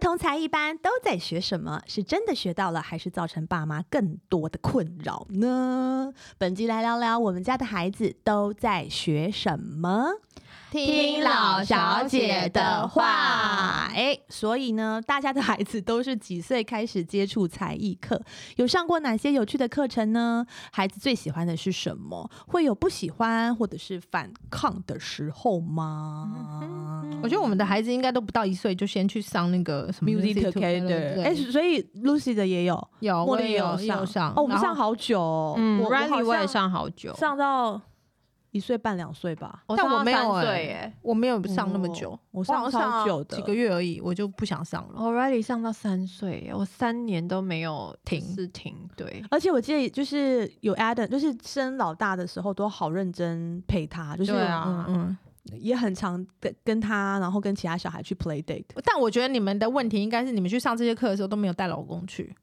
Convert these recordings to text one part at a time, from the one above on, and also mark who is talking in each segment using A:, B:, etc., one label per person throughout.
A: 同才艺班都在学什么？是真的学到了，还是造成爸妈更多的困扰呢？本集来聊聊我们家的孩子都在学什么。
B: 听老小姐的话
A: 哎，所以呢，大家的孩子都是几岁开始接触才艺课？有上过哪些有趣的课程呢？孩子最喜欢的是什么？会有不喜欢或者是反抗的时候吗？
B: 嗯我觉得我们的孩子应该都不到一岁就先去上那个什么
A: 嗯 music
B: Together，
A: together，
B: 对
A: 哎，所以 Lucy 的也有，
B: 有
A: 茉
B: 哦我
A: 莉
B: 也
A: 也
B: 有也有
A: 上
B: 上，
A: 哦，我们
B: 然后
A: 上好久哦，
C: 嗯
A: 我
C: ，Riley 我也
A: 上
C: 上好久，
A: 上到一岁半两岁吧，嗯
B: 但我没有
C: 哎、
B: 欸我没有上那么久，
A: 我
B: 我好
A: 上
B: 像上
A: 超
B: 了
A: 久的，
B: 几个月而已，我就不想上
A: 哦
B: 了。
C: 我 Riley 上到三岁耶，我三年都没有
B: 停
C: 是停，对，
A: 而且我记得就是有 Adam，就是生老大的时候都好认真陪他，就是哦
C: 对啊
B: 嗯嗯，
A: 也很常跟跟他，然后跟其他小孩去 play date。
B: 但我觉得你们的问题应该是你们去上这些课的时候都没有带老公去，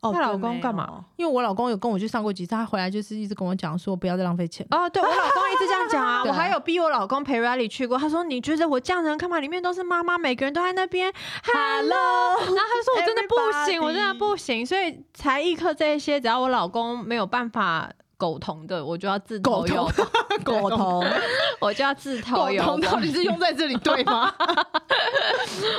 A: 哦
C: 那老
A: 对
C: 公
A: 没
C: 干嘛
A: 有
B: 因为我老公有跟我去上过几次，他回来就是一直跟我讲说不要再浪费钱了。
C: 哦，对我老公一直这样 讲啊，
B: 对
C: 我还有逼我老公陪 Riley 去过，他说你觉得我这样的人干嘛？里面都是妈妈，每个人都在那边 hello，然后 他说我真的不行，我真的
A: everybody
C: 不行，所以才艺课这一些，只要我老公没有办法。苟同的，我就要自投
B: 苟
C: 有，
A: 狗 头，
C: 我就要自投有功。
B: 是用在这里对 吗？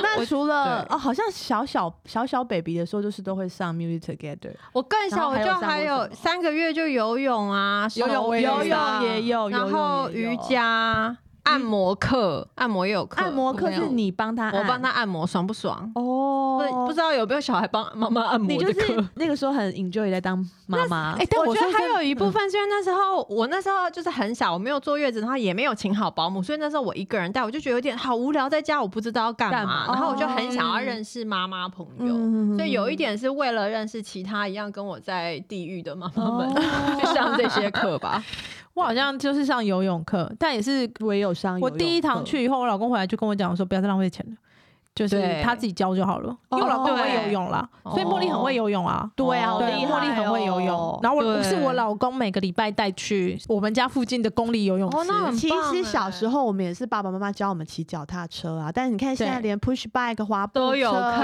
A: 那除了
C: 对
A: 哦，好像小小小小 baby 的时候，就是都会上 music together，
C: 我更小，我
A: 然
C: 就
A: 后还
C: 还
A: 有上过
C: 有
A: 什么
C: 三个月就游泳啊，
B: 游泳
C: 手
B: 我也
C: 游
B: 有
C: 泳
B: 上
A: 也哦有游
C: 然
A: 泳
C: 后
A: 也有
C: 瑜伽、按摩课，按摩也有课，
A: 按摩课
C: 我没有
A: 是你帮他按，
C: 我帮他按摩，爽不爽？
A: 哦
C: 不，不知道有没有小孩 帮妈妈按摩
A: 你就
C: 的课？
A: 是那个时候很 enjoy 在当妈 妈
B: 哎，，但
C: 我觉
B: 说
C: 得还
B: 真的
C: 有一部分是因为那时候我那时候就是很小，我没有坐月子，然后也没有请好保姆，所以那时候我一个人带，我就觉得有点好无聊，在家我不知道要干
A: 干嘛
C: 嘛，然后我就很想要
B: 哦
C: 认识妈妈朋友。
A: 嗯
C: 所以有一点是为了认识其他一样跟我在地狱的妈妈们，
A: 哦
C: 去上这些 课吧。
B: 我好像就是上游泳课，但也是
A: 我啊也有嗯上游泳
B: 我
A: 课，
B: 第一堂去以后，我老公回来就跟我讲说，不要再浪费钱了。就是
C: 对
B: 他自己教就好了，
A: 哦
B: 因为我老公很会游泳啦，
C: 对
B: 所以茉莉很会游泳啊。
A: 对啊，
C: 哦
A: 好
B: 对，
A: 厉害
B: 茉莉很会游泳
A: 哦。
B: 然后我
C: 对
B: 是我老公每个礼拜带去我们家附近的公立游泳池。
C: 哦那很
A: 其
C: 棒
A: 实
C: 欸
A: 小时候我们也是爸爸妈妈教我们骑脚踏车啊，但是你看现在
B: 对
A: 连 push bike、滑步
C: 都有
A: 车
C: 课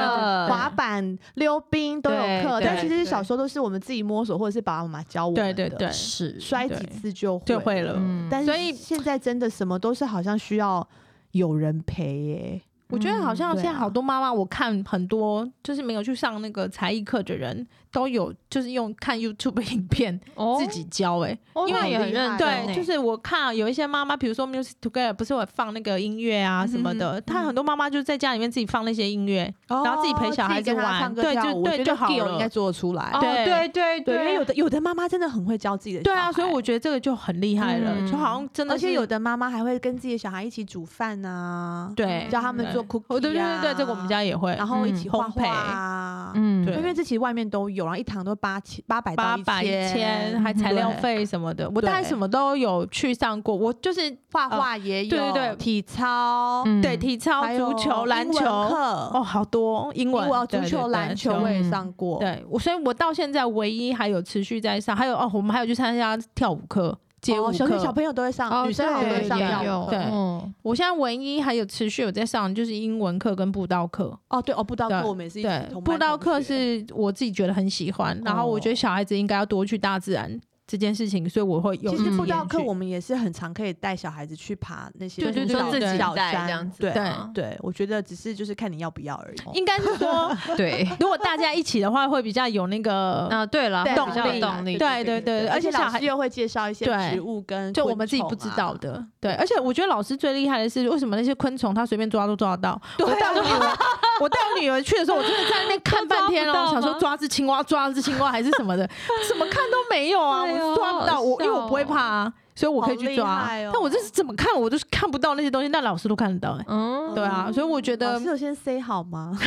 A: 滑板、溜冰都有
C: 对
A: 课，
C: 对
A: 但其实
C: 对
A: 小时候都是我们自己摸索，或者是爸爸妈妈教我们
B: 对
A: 的。
B: 对对，
C: 是
A: 摔几
B: 对
A: 次就
B: 就会了
C: 嗯
A: 但
B: 所
A: 是
B: 以
A: 现在真的什么都是好像需要有人陪耶。
B: 我觉得好像
A: 嗯
B: 现在
A: 对啊
B: 好多妈妈，我看很多就是没有去上那个才艺课的人，都有就是用看 YouTube 影片
A: 哦
B: 自己教哎、
C: 哦，
B: 因为
C: 那也很
A: 很厉害
C: 认真
B: 对，
C: 欸，
B: 就是我看有一些妈妈，比如说 Music Together 不是会放那个音乐啊什么的，
C: 嗯哼
B: 她很多妈妈就在家里面自己放那些音乐，
A: 然
B: 哦后自己陪小孩子玩对就对就好了
A: 应该做得出来。
C: 哦
B: 对
C: 对对
A: 对，因为有
C: 对，
A: 的有的妈妈真的很会教自己的
B: 对
A: 小
B: 啊，
A: 孩
B: 所以我觉得这个就很厉害了，
C: 嗯
B: 就好像真的
A: 而
B: 是
A: 且有的妈妈还会跟自己的小孩一起煮饭啊，
B: 对
A: 教他们做 cookie，、啊、
B: 哦，对对对对，这个我们家也会，
A: 然后一起
B: 嗯
A: 画
B: 烘焙
A: 画啊。
C: 嗯
B: 对
A: 因为这其实外面都有，然后一堂都八千八百
B: 八
A: 到
B: 百
A: 千，嗯
B: 千还材料
C: 对
B: 费什么的，我
A: 对
B: 大概什么都有去上过，我就是
A: 画画也有，
B: 哦对对嗯对
A: 体操、
B: 对体操
A: 嗯还、有
B: 足球、篮球
A: 英文
B: 哦，
A: 课、
B: 好多英
A: 英
B: 文、
A: 文、
B: 对
A: 足球、篮球我
B: 对
A: 也
C: 嗯
A: 上过，哦
B: 对我，所以我到现在唯一还有持续在上，还有哦，我们还有去参加跳舞课、街舞
A: 哦，
B: 课。
A: 小学小朋友都会上，
C: 哦
A: 女生好多
B: 对
A: 会上啊
B: 也
A: 跳舞
B: 有
A: 课
B: 对
C: 嗯
B: 我现在唯一还有持续有在上，就是英文课跟布道课。
A: 哦对哦，步道课
B: 对
A: 我们也是一
B: 对
A: 起，同班
B: 布道课
A: 同学哦
B: 是我自己觉得很喜欢，然后我觉得小孩子应该要多去大自然这件事情，所以我会有
A: 其实
B: 意
A: 步
B: 愿
A: 道课
B: 去
A: 我们也是很常可以带小孩子去爬那些
B: 对对
A: 小
B: 对对对
A: 小
C: 带
A: 山
C: 这样子
A: 对
C: 吗
A: 对，我觉得只是就是看你要不要而已。
B: 应该是说，
C: 对，
B: 如果大家一起的话，会比较有那个，
C: 啊对了，
A: 嗯对
C: 会比较
B: 动力
C: 有动力，
B: 对对对，而
A: 而
B: 且
A: 且
B: 小
A: 老
B: 孩
A: 师又会介绍一些
B: 对
A: 植物跟
B: 就我
A: 昆
B: 们自己不
A: 虫
B: 知
A: 啊
B: 道的，对。而且我觉得老师最厉害的是，为什么那些昆虫他随便抓都抓得到？我带我女儿，我带我女儿去的时候，我真的在那边看半天
C: 都抓
B: 哦，
C: 不到
B: 想说
C: 吗
B: 抓只青蛙，抓只青蛙还是什么的，怎么看都没有啊，
C: 哎呦
B: 我抓不到，我因为我不会怕啊，所以我可以去抓
A: 好厉
B: 啊。
A: 害哦
B: 但我这是怎么看，我都是看不到那些东西，但老师都看得到，哎，
C: 嗯，
B: 对啊，所以我觉
A: 老
B: 得
A: 师有先 say 好 吗？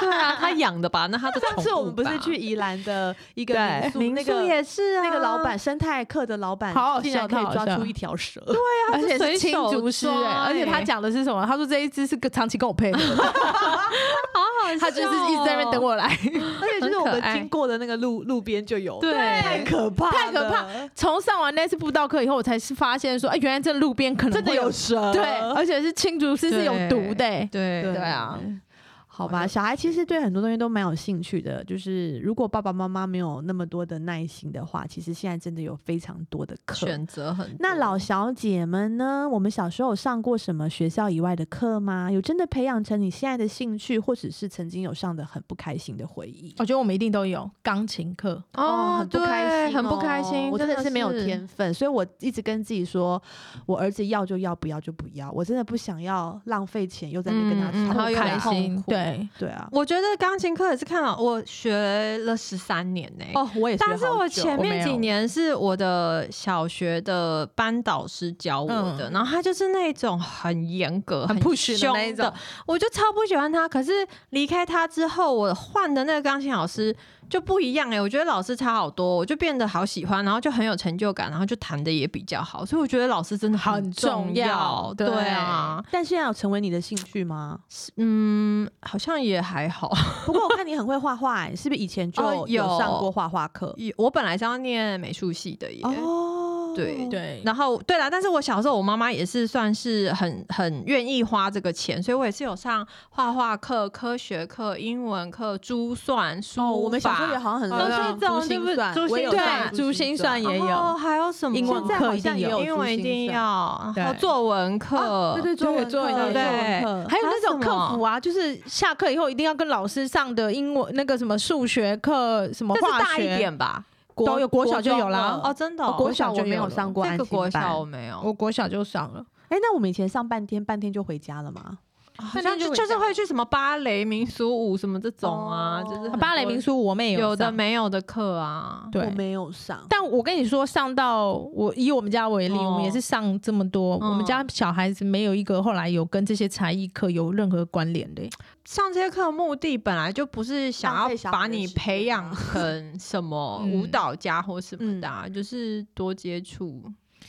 C: 对啊，他养的吧？那他的
A: 上次
C: 宠物
A: 我们不是
C: 吧
A: 去宜兰的一个
B: 对
A: 民宿，
C: 民
A: 那
C: 宿
A: 个
C: 也是啊，
A: 那个老板生态课的老板，
B: 好好
A: 竟然
B: 笑
A: 可
B: 他
A: 以
B: 好
A: 抓
B: 笑
A: 出一条蛇。 对，啊
B: 而且
C: 随
B: 是青
C: 手
B: 竹师
C: 抓
B: 哎，而且他
C: 哎
B: 讲的是什么？他说这一只是长期跟我配合的，
C: 好好笑哦，哦
B: 他就是一直在那边等我来。
A: 而且就是
C: 很
A: 我
C: 可
A: 们
C: 爱
A: 经过的那个路路边就有，
C: 对
A: 太可怕了，
B: 太可怕从上完那次布道课以后，我才是发现说，哎、原来这路边可能
A: 真的
B: 会
A: 有蛇，呃
B: 对，而且是青竹丝是有毒的、欸
C: 对
A: 对
B: 对啊，
A: 好吧，小孩其实对很多东西都蛮有兴趣的，就是如果爸爸妈妈没有那么多的耐心的话，其实现在真的有非常多的课。
C: 选择很多。
A: 那老小姐们呢？我们小时候有上过什么学校以外的课吗？有真的培养成你现在的兴趣，或者是曾经有上的很不开心的回忆？
B: 我觉得我们一定都有钢琴课，
A: 哦，
C: 哦
A: 很，不
C: 对，
A: 开心、哦
C: 很不开心，
A: 我真
C: 真
A: 的是没有天分，所以我一直跟自己说，我儿子要就要，不要就不要，我真的不想要浪费钱，又在那边跟他
C: 嗯嗯
A: 吵，
C: 好
B: 不
C: 有
B: 开
C: 点
B: 心，对，
A: 对啊，
C: 我觉得钢琴课也是看好，我学了十三年呢、
A: 哦，我也学
C: 但是
A: 好
C: 我
A: 久
C: 前
B: 我
C: 面
B: 没
C: 几
B: 有
C: 年是我的小学的班导师教我的，然后他就是那种很严格、
B: 嗯很 push 的
C: 凶
B: 那一种
C: 我就超不喜欢他。可是离开他之后，我换的那个钢琴老师就不一样哎、我觉得老师差好多，我就变得好喜欢，然后就很有成就感，然后就弹的也比较好，所以我觉得老师真的
B: 很
C: 重
B: 重要
C: 对啊，
A: 但现在有成为你的兴趣吗？
C: 嗯，好像也还好。
A: 不过我看你很会画画、欸，是不是以前就
C: 哦有
A: 上过画画课？
C: 也我本来是要念美术系的耶。
A: 哦，
C: 对
B: 对，
C: 然后对啦，但是我小时候我妈妈也是算是很很愿意花这个钱，所以我也是有上画画课、科学课、英文课、珠算、书法，
A: 哦，我们小时候也好像很
C: 都是
A: 上
C: 这种
A: 珠
C: 对不
A: 心算，
B: 珠
A: 我也有
B: 心
A: 上
B: 对珠心算
C: 也
B: 也
C: 有，
B: 有
C: 还有什么
B: 英文
A: 现在
B: 课
A: 好
B: 一
A: 像
B: 定
A: 也
B: 有
A: 有
C: 英文一定
A: 珠心算
C: 要，还有
B: 对
C: 作文课，
A: 啊对对，作文
B: 作文
A: 课，对
B: 课
C: 对
A: 作文课
B: 还有那种
C: 还有什么
B: 客服啊，就是下课以后一定要跟老师上的英文那个什么数学课、什么
C: 这是
B: 化
C: 大一
B: 学，
C: 点吧？
B: 都有国小就有啦
A: 国中
C: 哦，真的哦、
A: 我国小我没有
B: 国小就有了
A: 上过安
C: 这个
A: 亲
C: 国
A: 班
C: 小我没有，
B: 我国小就上了。
A: 哎、那我们以前上半天，半天就回家了吗？
C: 好像就就是会去什么芭蕾、民俗舞什么这种啊，
A: 哦
C: 就是很多
B: 芭蕾、民俗舞我们也
C: 有的
B: 上
C: 没有的课啊。
B: 对
A: 我。没有上。
B: 但我跟你说，上到我以我们家为例，
C: 哦
B: 我们也是上这么多，
C: 嗯
B: 我们家小孩子没有一个后来有跟这些才艺课有任何关联的、欸
C: 上这些课的目的本来就不是
A: 浪
C: 想
A: 费
C: 要
A: 小
C: 把
A: 孩的
C: 你
A: 时
C: 培
A: 间
C: 养
A: 啊
C: 成什么舞
B: 嗯
C: 蹈家或什么的、啊，就是多接触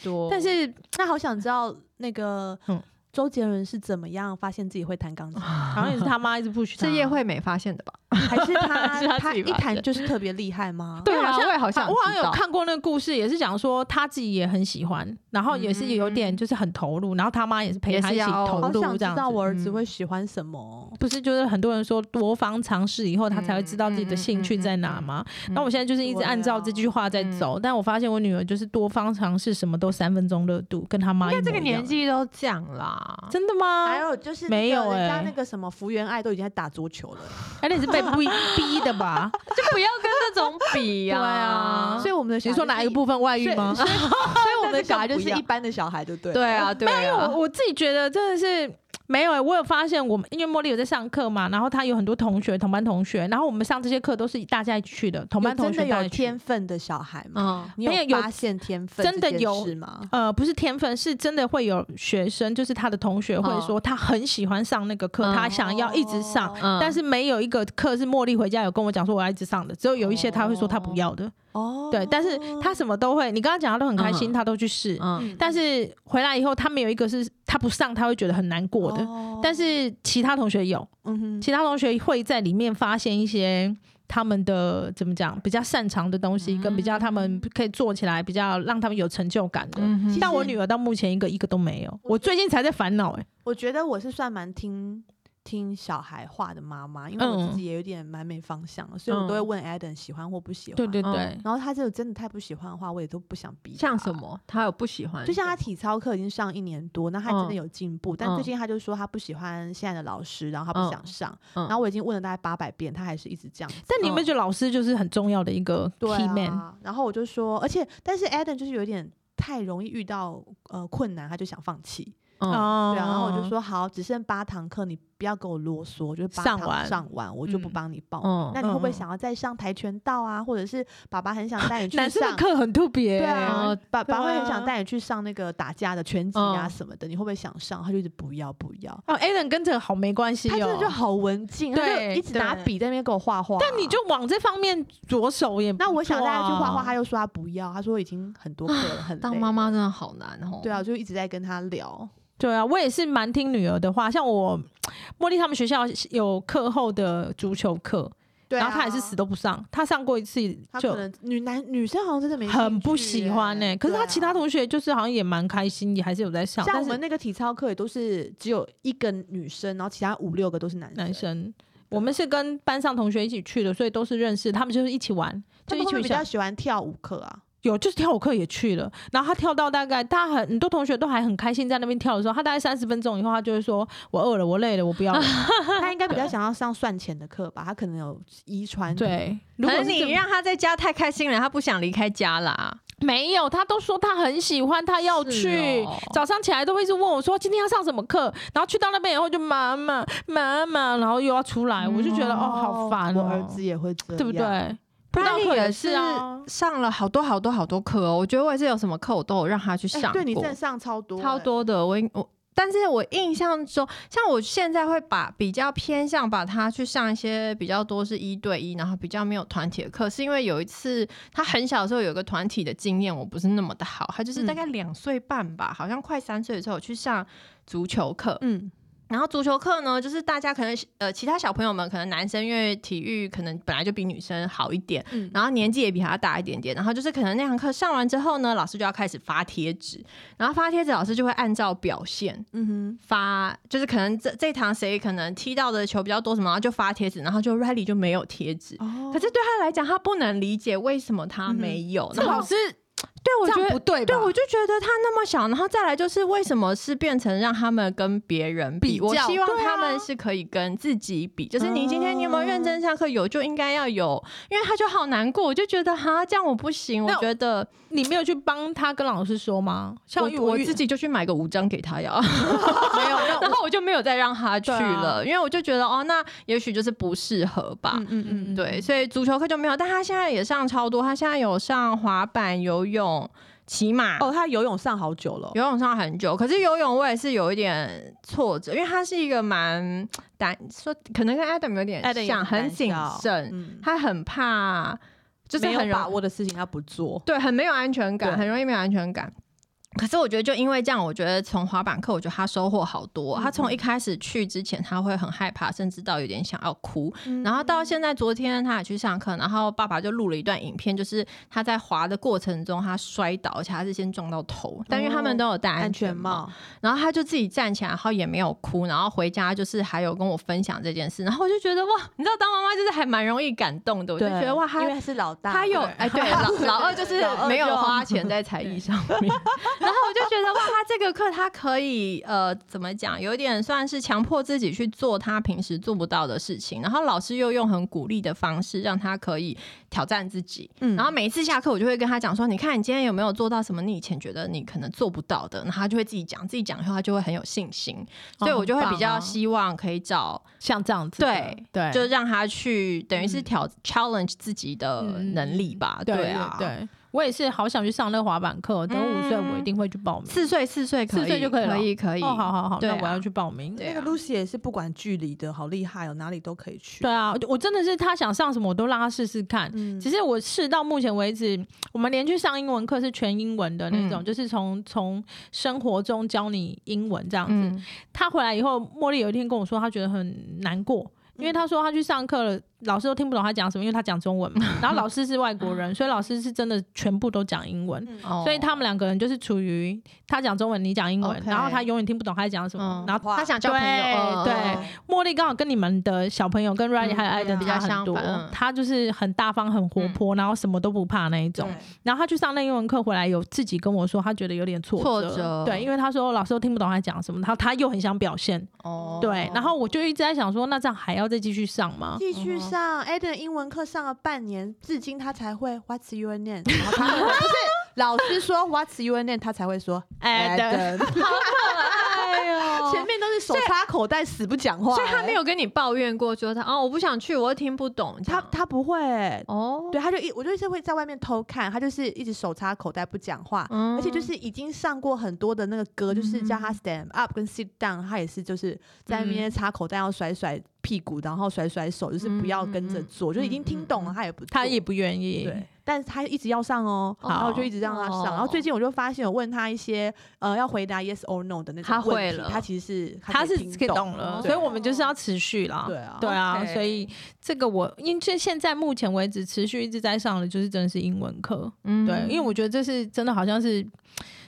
C: 多。
B: 但是
A: 那好想知道那个
B: 哦嗯
A: 周杰伦是怎么样发现自己会弹钢 琴，
C: 啊
B: 好像也是他妈一直 push 他
C: 是叶惠美发现的吧？
A: 还是他
C: 是他自
A: 他
C: 己
A: 一
C: 发
A: 弹
C: 现
A: 就是特别厉害吗？
C: 对啊
B: 好像
C: 我也好像
B: 啊我好像有看过那个故事，也是讲说他自己也很喜欢，然后也是有点就是很投入，然后他妈也是陪他一
C: 嗯也
B: 起
C: 是要
B: 投
A: 好
B: 入
A: 想
B: 这
A: 知
B: 样
A: 道
B: 子。
A: 我儿子
C: 嗯
A: 会喜欢什么。
B: 不是，就是很多人说多方尝试以后，他才会知道自己的兴趣在哪吗？
C: 嗯嗯嗯嗯嗯嗯嗯
B: 那我现在就是一直按照这句话在走，但我发现我女儿就是多方尝试，什么都三分钟热度，跟她妈一模
C: 在
B: 嗯一样
C: 这个年，纪都这样 啦。
B: 真的吗？
A: 还有就是
B: 啊没
A: 那个
B: 有
A: 人家
B: 欸
A: 那个什么福原爱都已经在打桌球了，
B: 而哎且是被逼逼的吧？
C: 就不要跟这种比呀、
B: 对啊
A: 所以我们的小
B: 你
A: 孩
B: 说哪一个部分外遇吗？
A: 所以我们的小孩就
C: 那这
A: 是
C: 个不一样
A: 一般的小孩，对不对？
C: 对，啊，对
B: 因为
C: 啊
B: 我。 我自己觉得真的是没有、欸，我有发现我们因为茉莉有在上课嘛，然后她有很多同学同班同学，然后我们上这些课都是大家一起去的，同班同
A: 真
B: 学
A: 的
B: 大家
A: 有
B: 一起去哦
A: 天。分的小孩吗？
C: 嗯，
A: 你
B: 没有有
A: 发现天分
B: 真的
A: 这件
B: 有
A: 事吗？
B: 呃，不是天分，是真的会有学生，就是他的同学会说他很喜欢上那个课，
C: 嗯
B: 他想要一直上，
A: 哦
C: 嗯
B: 但是没有一个课是茉莉回家有跟我讲说我要一直上的，只有有一些他会说他不要的，
A: 哦，
B: 对，但是他什么都会，你刚刚讲他都很开心，
C: 嗯
B: 他都去试，
A: 哦
C: 嗯，
B: 但是回来以后他没有一个是他不上他会觉得很难过的，
A: 哦
B: 但是其他同学有，
A: 嗯哼，
B: 其他同学会在里面发现一些他们的怎么讲比较擅长的东西，
A: 嗯
B: 跟比较他们可以做起来比较让他们有成就感的。
C: 嗯哼
B: 但我
A: 其实
B: 女儿到目前一个一个都没有，我最近才在烦恼哎，
A: 我觉得我是算蛮听听小孩话的妈妈，因为我自
B: 嗯
A: 己也有点蛮没方向的，所以我都会问 Adam 喜欢或不喜欢。
B: 对对
C: 嗯
B: 对，
A: 然后他这个真的太不喜欢的话，我也都不想逼。
C: 像什？么？他有不喜欢的？
A: 就像他体操课已经上一年多，那他真的
C: 嗯
A: 有进步，但
C: 嗯
A: 最近他就说他不喜欢现在的老师，然后他不想
C: 嗯
A: 上。
C: 嗯
A: 然后我已经问了大概八百遍，他还是一直这样子。
B: 但你有没有
C: 嗯
B: 觉得老师就是很重要的一个
A: 对
B: key man？
A: 啊，然后我就说，而且但是 Adam 就是有点太容易遇到呃困难，他就想放弃。
C: 嗯
B: 哦
A: 对啊，然后我就说好，只剩八堂课，你不要给我啰嗦，就是八
B: 上
A: 堂
B: 完
A: 上完，我就不
B: 嗯
A: 帮你报名。
C: 嗯
A: 那你会不会
B: 嗯嗯
A: 想要再上跆拳道啊，或者是爸爸很 想带你去
B: 男生的
A: 上？
B: 课很特别欸，
A: 对啊
C: 哦，
A: 爸爸
B: 对
A: 会很想
B: 啊
A: 带你去上那个打架的拳击啊
C: 嗯
A: 什么的，你会不会想上？他就一直不要不要，
B: 哦 a l a n 跟这个好没关系
A: 他真的就
B: 哦。
A: 好文静，他就
B: 对
A: 一直拿
B: 对
A: 笔在那边给我画画啊。
B: 但你就往这方面着手也不错啊，
A: 那我想带他去画画，他又说他不要，他说已经很多课
B: 啊
A: 了，很
C: 当
A: 累
C: 妈妈
A: 了
C: 真的好难哦。
A: 对啊，我就一直在跟他聊。
B: 对啊，我也是蛮听女儿的话，像我茉莉他们学校有课后的足球课，
A: 对啊，
B: 然后她也是死都不上，她上过一次
A: 他
B: 就
A: 可能女男女生好像真的没
B: 很
A: 兴
B: 不
A: 趣
B: 喜
A: 欸
B: 欢呢、可是
A: 对
B: 她
A: 啊
B: 其他同学就是好像也蛮开心，也还是有在上，
A: 像
B: 但
A: 我们
B: 是
A: 那个体操课也都是只有一个女生，然后其他五六个都是男生。
B: 男生。我们是跟班上同学一起去的，所以都是认识，他们就是一起玩，
A: 他们
B: 就一
A: 会不
B: 起
A: 会比
B: 想
A: 较喜欢跳舞课啊？
B: 有，就是跳舞课也去了，然后他跳到大概，大家很很多同学都还很开心在那边跳的时候，他大概三十分钟以后，他就会说：“我饿了，我累了，我不要了。
C: 啊
A: 他应该比较想要上算钱的课吧？他可能有遗传。”，
B: 对，如
C: 可
B: 果
C: 能
B: 是这么
C: 你让他在家太开心了，他不想离开家啦。
B: 没有，他都说他很喜欢，他要
C: 是
B: 去。
C: 哦
B: 早上起来都会一直问我说今天要上什么课，然后去到那边以后就妈妈妈妈，然后又要出来，我就觉得哦好
C: 嗯
B: 烦哦，
A: 我儿子也会这样，
B: 对不？对？
C: b
B: 不
C: r
B: 到
C: a
B: 课
C: 也
B: 是啊，
C: 上了好多好多好多课哦，我觉得我也是有什么课我都有让他去上
A: 哎、
C: 过、
A: 对你真的上超多、欸
C: 超。多的。我我，但是我印象中，像我现在会把比较偏向把他去上一些比较多是一对一，然后比较没有团体的课，是因为有一次他很小的时候有一个团体的经验，我不是那么的好。他就是
A: 嗯
C: 大概两岁半吧，好像快三岁的时候去上足球课，
A: 嗯，
C: 然后足球课呢，就是大家可能呃，其他小朋友们可能男生因为体育可能本来就比女生好一点，
A: 嗯
C: 然后年纪也比他大一点点，然后就是可能那堂课上完之后呢，老师就要开始发贴纸，然后发贴纸老师就会按照表现
A: 嗯
C: 发，就是可能这这堂谁可能踢到的球比较多什么，然后就发贴纸，然后就 Riley 就没有贴纸。
A: 哼，哦，
C: 可是对他来讲，他不能理解为什么他没有。
B: 嗯这
C: 然后
B: 老师
C: 对我
B: 这
C: 觉
B: 样
C: 得
B: 不对吧？
C: 对，我就觉得他那么小，然后再来就是为什么是变成让他们跟别人比？
A: 比
C: 我
A: 较
C: 希望
B: 对啊
C: 他们是可以跟自己比，就是你今天你有没有认真上课？有就应该要有，因为他就好难过，我就觉得哈，这样我不行，我
B: 那
C: 觉得
B: 你没有去帮他跟老师说吗？像
C: 我我自己就去买个五张给他呀，没有， 然后我就没有再让他去
B: 对啊
C: 了，因为我就觉得哦，那也许就是不适合吧。
A: 嗯嗯嗯，
C: 对，所以足球课就没有，但他现在也上超多，他现在有上滑板、游泳、骑马，
A: 哦，他游泳上好久了，
C: 游泳上很久，可是游泳我也是有一点挫折，因为他是一个蛮胆说，可能跟 Adam 有点
A: Adam 也
C: 像，
A: 很胆
C: 很谨
A: 小
C: 慎，
A: 嗯，
C: 他很怕，就是
A: 没有
C: 很
A: 把
C: 容
A: 握的事情他不做，
C: 对，很没有安全感，
A: 对
C: 很容易没有安全感。可是我觉得，就因为这样，我觉得从滑板课，我觉得他收获好多。
A: 嗯
C: 他从一开始去之前，他会很害怕，甚至到有点想要哭。
A: 嗯
C: 然后到现在，昨天他也去上课，然后爸爸就录了一段影片，就是他在滑的过程中他摔倒，而且他是先撞到头，但因为他们都有戴
A: 哦安
C: 全
A: 全帽，
C: 然后他就自己站起来，然后也没有哭，然后回家就是还有跟我分享这件事，然后我就觉得哇，你知道当妈妈就是还蛮容易感动的，我就觉得哇，
A: 因
C: 他
A: 为是老大，
C: 他有
A: 对
C: 哎对 老老二就是
A: 老二
C: 没有
A: 就
C: 花钱在才艺上 面， 然后我就觉得哇，他这个课他可以呃怎么讲，有点算是强迫自己去做他平时做不到的事情，然后老师又用很鼓励的方式让他可以挑战自己，
A: 嗯
C: 然后每一次下课，我就会跟他讲说：“你看你今天有没有做到什么你以前觉得你可能做不到的？”然后他就会自己讲，自己讲以后他就会很有信心，所
A: 哦
C: 以我就会比较希望可以找，
B: 像这样子的，
C: 对
B: 对，
C: 就是让他去等于是挑、challenge 自己的能力吧。嗯对
B: 对
C: 啊，
B: 对，对我也是好想去上那个滑板课，等我五岁
C: 嗯
B: 我一定会去报名。
C: 四岁四岁可以，
B: 四岁就可以了
C: 可以可以。
B: 哦，好好好，
C: 对
B: 那
C: 啊
B: 我要去报名。
C: 对
A: 那个
C: 啊
A: Lucy 也是不管距离的，好厉害哦，哪里都可以去。
B: 对啊，我真的是他想上什么我都让他试试看。
A: 嗯，
B: 只是我试到目前为止，我们连去上英文课是全英文的那种，
C: 嗯
B: 就是从从生活中教你英文这样子。
C: 嗯，
B: 他回来以后，茉莉有一天跟我说，她觉得很难过，因为她说她去上课了，老师都听不懂她讲什么，因为她讲中文嘛。然后老师是外国 人，所以老师是真的全部都讲英文。
C: 哦
B: 所以他们两个人就是处于他讲中文，你讲英文
C: OK
B: 然后他永远听不懂他在讲什么。
C: 嗯
B: 然后
A: 哇哦
C: 他想交朋友，
B: 对
C: 嗯
B: 茉莉刚好跟你们的小朋友跟 Riley
C: 嗯
B: 还有艾
A: 对啊
B: 登
A: 比
C: 较
B: 很
C: 相
B: 多
C: 反嗯，
B: 他就是很大方、很活泼，然后什么都不怕那一种
A: 对。
B: 然后他去上那英文课回来，有自己跟我说，他觉得有点挫
C: 挫
B: 折，
C: 折
B: 对，因为他说老师都听不懂他讲什么，然后他又很想表现，
C: 哦
B: 对，然后我就一直在想说，那这样还要再继续上 吗？
A: 继续上 Adam 英文课上了半年，至今他才会 What's your name？然后他不是老师说 What's your name，他才会说
B: 哎对
A: Adam。
C: 哎呦
A: 前面都是手插口袋，死不讲话，哎
C: 所以他没
A: 有，
C: 有跟你抱怨过，说他哦我不想去，我又听不懂这
A: 他
C: 样，
A: 他不会。
C: 哦，
A: 对，他就一我就是会在外面偷看，他就是一直手插口袋不讲话，
C: 嗯，
A: 而且就是已经上过很多的那个歌，就是叫
B: 嗯
A: 他 stand up 跟 sit down，他也是就是在那边插口袋，要甩甩屁股，然后甩甩手，就是不要跟
B: 嗯
A: 着做，就已经听懂了，他也不做
B: 他也不愿意，
A: 对，但是他一直要上哦，
C: 哦
A: 然后我就一直让他上，
C: 哦
A: 然后最近我就发现我问他一些呃要回答 yes or no 的那种
C: 他会
A: 问题
C: 了
A: 他其实是
B: 他是
A: 可以听
B: 可以
A: 懂
B: 懂了，
A: 对
B: 所以我们就是
C: 哦
B: 要持续啦。
A: 对啊，
B: 对啊，
C: OK
B: 所以这个我因为现在目前为止持续一直在上的就是真的是英文课，
C: 嗯
B: 对，因为我觉得这是真的好像是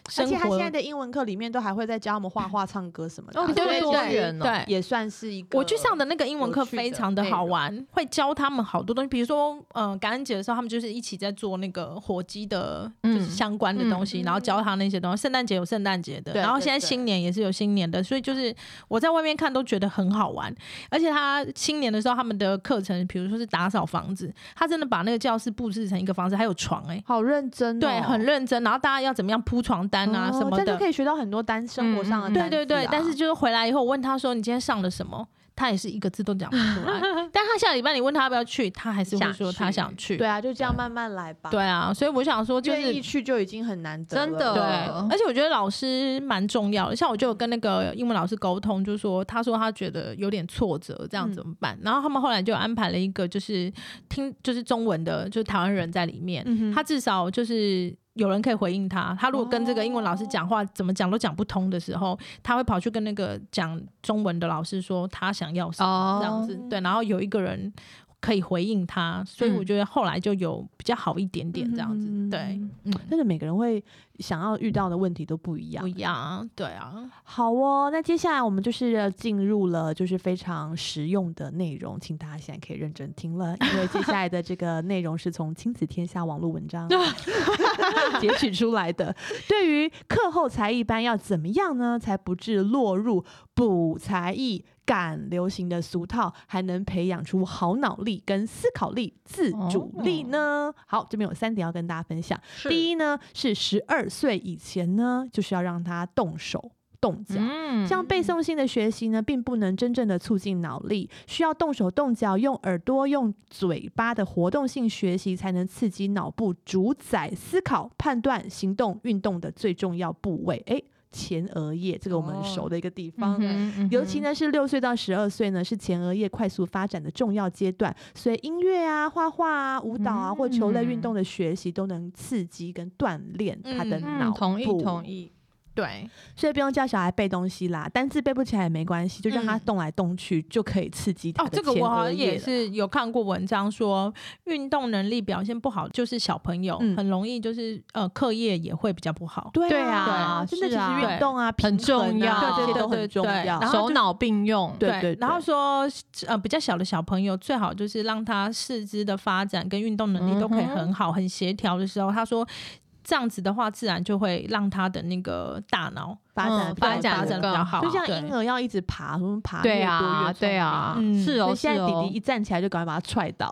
B: 生
A: 而且他
B: 活
A: 现在的英文课里面都还会再教我们 画画、唱歌什么的啊，
C: 哦
B: 对
C: 对
B: 对
C: 对
B: 多
C: 元哦
B: 对。
A: 也算是一个。
B: 我去上的那个英文课
A: 有趣的哎
B: 非常的好玩，会教他们好多东西，比如说，呃，感恩节的时候，他们就是一起在做那个火鸡的，就
C: 嗯
B: 是相关的东西，
D: 嗯
B: 然后教他那些东西。圣诞节有圣诞节的，
A: 对
B: 然后
A: 对
B: 现在
A: 对
B: 新年也是有新年的，所以就是我在外面看都觉得很好玩。而且他新年的时候，他们的课程，比如说是打扫房子，他真的把那个教室布置成一个房子，还有床、欸，
A: 好认真、哦，
B: 对，很认真。然后大家要怎么样铺床单啊、
A: 哦
B: 什么
A: 这样
B: 的
A: 就，可以学到很多单生活上的、
C: 嗯嗯嗯
B: 对对
A: 啊
B: 对，但是就是回来以后，我问他说：“你今天上了什么？”他也是一个字都讲不出来。但他下礼拜你问他要不要去，他还是会说他想去。
A: 对啊，就这样慢慢来吧。
B: 对，啊，所以我想说就
A: 愿
B: 是
A: 意。去就已经很难得了，
C: 真的
B: 对
A: 呃
C: 哦，
B: 而且我觉得老师蛮重要的。像我就有跟那个英文老师沟通，就说他说他觉得有点挫折，这样
A: 嗯
B: 怎么办？然后他们后来就安排了一个，就是听就是中文的，就是台湾人在里面，
A: 嗯哼
B: 他至少就是有人可以回应他。他如果跟这个英文老师讲话，怎么讲都讲不通的时候，他会跑去跟那个讲中文的老师说他想要什么、
C: 哦
B: 这样子。对，然后有一个人可以回应他，所以我觉得后来就有比较好一点点这样子。
A: 嗯
B: 对，嗯，
A: 真的每个人会想要遇到的问题都不一样
B: 不。一样啊，对啊，
A: 好哦，那接下来我们就是要进入了就是非常实用的内容，请大家现在可以认真听了，因为接下来的这个内容是从《亲子天下》网络文章截取出来的。对于课后才艺班要怎么样呢，才不致落入补才艺？赶流行的俗套，还能培养出好脑力跟思考力、自主力呢？好，这边有三点要跟大家分享。第
C: 一，
A: 一呢是十二岁以前呢，就是要让他动手动脚。
C: 嗯
A: 像背诵性的学习呢，并不能真正的促进脑力，需要动手动脚，用耳朵、用嘴巴的活动性学习，才能刺激脑部主宰思考、判断、行动、运动的最重要部位。诶，前额叶，这个我们很熟的一个地
C: 嗯
A: 方。尤其，呢是六岁到十二岁呢，是前额叶快速发展的重要阶段，所以音乐啊、画画啊、舞蹈啊、或球类运
C: 嗯
A: 动的学习都能刺激跟锻炼他的
B: 嗯
A: 脑部。
C: 同意同意，
B: 对，
A: 所以不用叫小孩背东西啦，单字背不起来也没关系，就让他
B: 嗯
A: 动来动去就可以刺激他
B: 哦，
A: 的
B: 这
A: 前
B: 个我好
A: 额
B: 像
A: 叶
B: 也
A: 了。
B: 是有看过文章说，运动能力表现不好，就是小朋友、
A: 嗯
B: 很容易就是呃课业也会比较不好。
A: 对
C: 对
A: 啊，
C: 啊
A: 真的其
C: 是啊
A: 实运动啊
C: 很
A: 平衡
C: 重要
A: 啊这些
B: 对
A: 都
B: 对
A: 很
B: 对
A: 重
B: 对
A: 要。
B: 然后
C: 手脑并用，
A: 对对，
B: 然后说，呃，比较小的小朋友最好就是让他四肢的发展跟运动能力都可以
C: 嗯哼
B: 很好、很协调的时候，他说这样子的话，自然就会让他的那个大脑
A: 发展
C: 嗯
A: 比较
C: 发展
B: 发
A: 好
B: 展
C: 得
B: 比较
C: 更
B: 好，
A: 就像
B: 对
A: 婴儿要一直爬，我们爬越多
C: 对
A: 越
C: 啊
A: 聪
C: 对啊
A: 明，
B: 嗯
C: 是
A: 所
C: 哦
A: 以现
C: 是
A: 在弟
C: 哦
A: 弟一，站起来就赶快把他踹倒，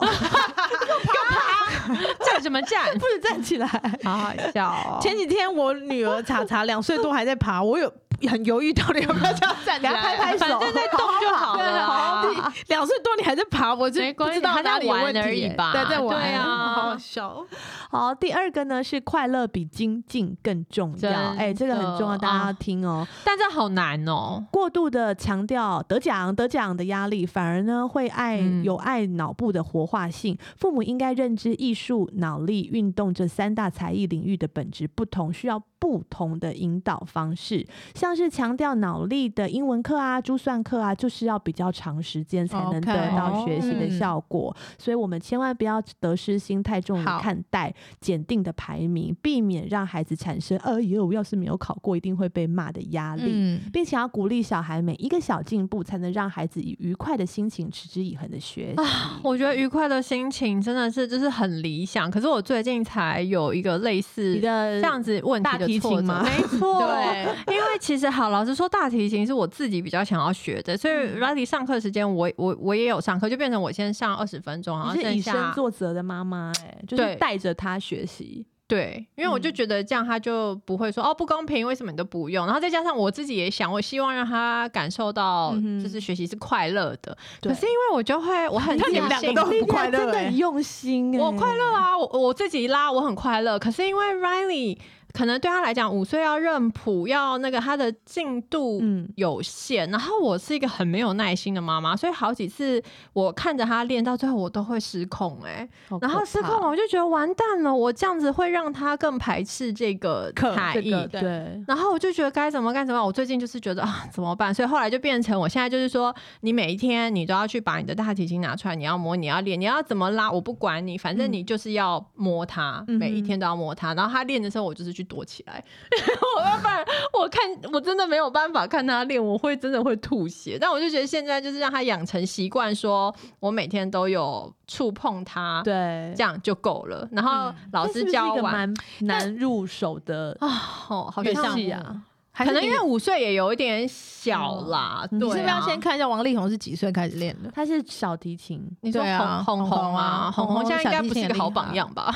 C: 站什么站？
A: 不准站起来。
C: 好好笑哦，
B: 前几天我女儿查查两岁多还在爬，我有很犹豫到底要不要这样站起
A: 给他
B: 来，
A: 拍拍手，
B: 反正在动就好
C: 对
B: 了。
C: 啊
B: 你 两岁多你还在爬，我就
C: 没
B: 不
C: 关系
B: 知道哪里有问题
C: 还在玩而已吧
B: 对，在玩，
C: 对啊
B: 好好笑。哦
A: 好，第二个呢是快乐比精进更重要
C: 真。
A: 哎、这个很重要，
C: 的
A: 大家要
C: 啊
A: 听哦。
C: 但这好难哦，
A: 过度的强调得奖得奖的压力，反而呢会爱
C: 嗯
A: 有碍脑部的活化性。父母应该认知艺术、脑力、运动这三大才艺领域的本质不同，需要不同的引导方式。像是强调脑力的英文课啊、珠算课啊，就是要比较长时间才能
B: OK，
A: 得到学习的
B: 嗯
A: 效果。所以我们千万不要得失心太重的
B: 好
A: 看待检定的排名，避免让孩子产生“哎呦，我要是没有考过，一定会被骂”的压力。
B: 嗯，
A: 并且要鼓励小孩每一个小进步，才能让孩子以愉快的心情持之以恒的学习。
C: 我觉得愉快的心情真的是就是很理想，可是我最近才有一个类
A: 你
C: 似
A: 的
C: 这样子问
A: 大
C: 题
A: 提
C: 的挫
A: 琴
C: 折，
A: 吗
C: 没 错，
B: 对，
C: 因为其实好，老实说，大提琴是我自己比较想要学的，所以 Riley 上课时间我我我也有上课，就变成我先上二十分钟，然后
A: 你是
C: 剩
A: 以身
C: 啊下
A: 作则的妈妈、哎，就是
C: 对
A: 带着他学习。
C: 对，因为我就
B: 嗯
C: 觉得这样他就不会说、哦不公平，为什么你都不用？然后再加上我自己也想，我希望让他感受到
A: 嗯哼
C: 就是学习是快乐的，
A: 对
C: 可是因为我就会我很
B: 看你们
C: 自
B: 两个
C: 信
B: 都很不快乐
A: 真的
B: 哎
A: 很用心、哎
C: 我快乐啊，我我自己拉，我很快乐。可是因为 Riley 可能对他来讲，五岁要认谱，要那个他的进度
A: 嗯
C: 有限。然后我是一个很没有耐心的妈妈，所以好几次我看着他练到最后，我都会失控哎、
A: 好可怕，
C: 然后失控
A: 哦
C: 了，我就觉得完蛋了，我这样子会让他更排斥这个
B: 课
C: 才
A: 这
C: 艺。
A: 个
B: 对
A: 对。
C: 然后我就觉得该怎么该怎么办，我最近就是觉得啊怎么办，所以后来就变成我现在就是说，你每一天你都要去把你的大提琴拿出来，你要摸，你要练，你要怎么拉我不管你，反正你就是要摸它，
A: 嗯
C: 每一天都要摸它。然后他练的时候，我就是去去躲起来。 我要不然我看我真的没有办法看他练，我会真的会吐血。但我就觉得现在就是让他养成习惯，说我每天都有触碰他，
E: 对
C: 啊这，样就够了。然后
B: 嗯
C: 老
E: 这是
C: 师
E: 不是
C: 教
E: 一个
C: 完
E: 蛮难入手的
C: 啊，哦，好
E: 乐
C: 像
E: 器
C: 是
E: 啊。
B: 还
C: 可
B: 是
C: 能
B: 你
C: 因为五岁也有一点小啦，
E: 嗯
C: 对、
B: 你是不
C: 啊，
B: 是要先看一下王力宏是几岁开始练的？
E: 它是小提琴，
C: 你说
B: 对啊
C: 红红
B: 红
C: 红
B: 红
C: 啊，
B: 啊
C: 红
B: 红
C: 红
B: 红
C: 现在应
B: 小
C: 该
B: 提
C: 不是
B: 琴
C: 一
B: 也
C: 个好
B: 厉
C: 榜
B: 害
C: 样吧？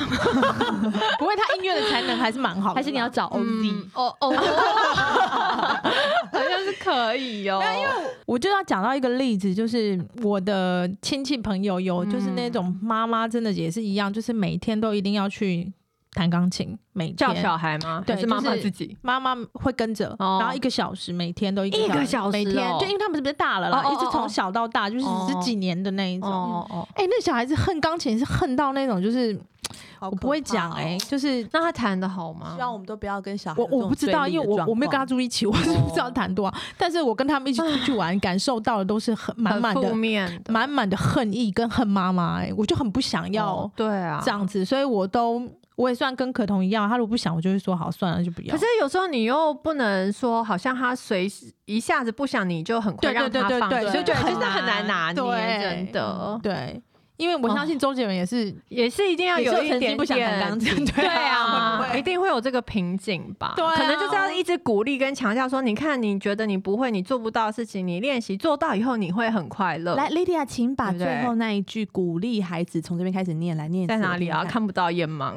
B: 不会，他音乐的才能还是蛮好的吧，
E: 还是你要找 OZ？
C: 嗯，哦哦， 好像是可以哦。因为
B: 我就要讲到一个例子，就是我的亲戚朋友有，
C: 嗯
B: 就是那种妈妈真的也是一样，就是每天都一定要去弹钢琴，每
C: 叫
B: 天
C: 小孩吗？
B: 对
C: 还是妈
B: 就
C: 妈
B: 是
C: 自己？
B: 妈妈会跟着，
C: 哦
B: 然后一个小时每天都一
C: 一个小时
B: 每天
C: 哦
B: 就因为他们是不是大了啦，
C: 哦哦哦
B: 一直从小到大，就是
C: 哦
B: 十几年的那一种。
C: 哦哦，
B: 哎、那小孩子恨钢琴是恨到那种，就是
A: 我
B: 我不会讲哎、就是
C: 那他弹的好吗
A: 希？欸望我们都不要跟小孩啊
B: 我
A: 有这种
B: 我不知道，
A: 对立
B: 因
A: 的
B: 为我
A: 状
B: 我没有跟他
A: 况
B: 住一起，我是不知道弹多少。但是我跟他们一起出去玩，感受到的都是很满
C: 很
B: 满
C: 负
B: 的
C: 面的，
B: 满满的恨意跟恨妈妈、哎，我就很不想要
C: 对啊
B: 这。样子，所以我都我也算跟可彤一样，他如果不想，我就会说好算了，就不要。
C: 可是有时候你又不能说，好像他随时一下子不想，你就很快
B: 对
C: 让
B: 对
C: 他
B: 对
C: 放
B: 对对
C: 松，所以就
B: 很
C: 就是很难拿
B: 难
C: 捏，
B: 对
C: 真的
B: 对，因为我相信周杰伦也是
C: 也是一定要
B: 也是
C: 有一
B: 曾经
C: 点
B: 不想弹
C: 点
B: 钢。琴，
C: 对
B: 对
C: 啊
B: 会，不
C: 一
B: 会
C: 定会有这个瓶颈吧？
B: 对啊
C: 可能就是要一直鼓励跟强调说，你看，你觉得你不会，你做不到的事情，你练习做到以后，你会很快乐。
A: 来，Lydia，请把
C: 对不
A: 最
C: 对
A: 后那一句鼓励孩子从这边开始念来念一次
C: 在哪
A: 我
C: 里啊？
A: 看
C: 看不到眼盲。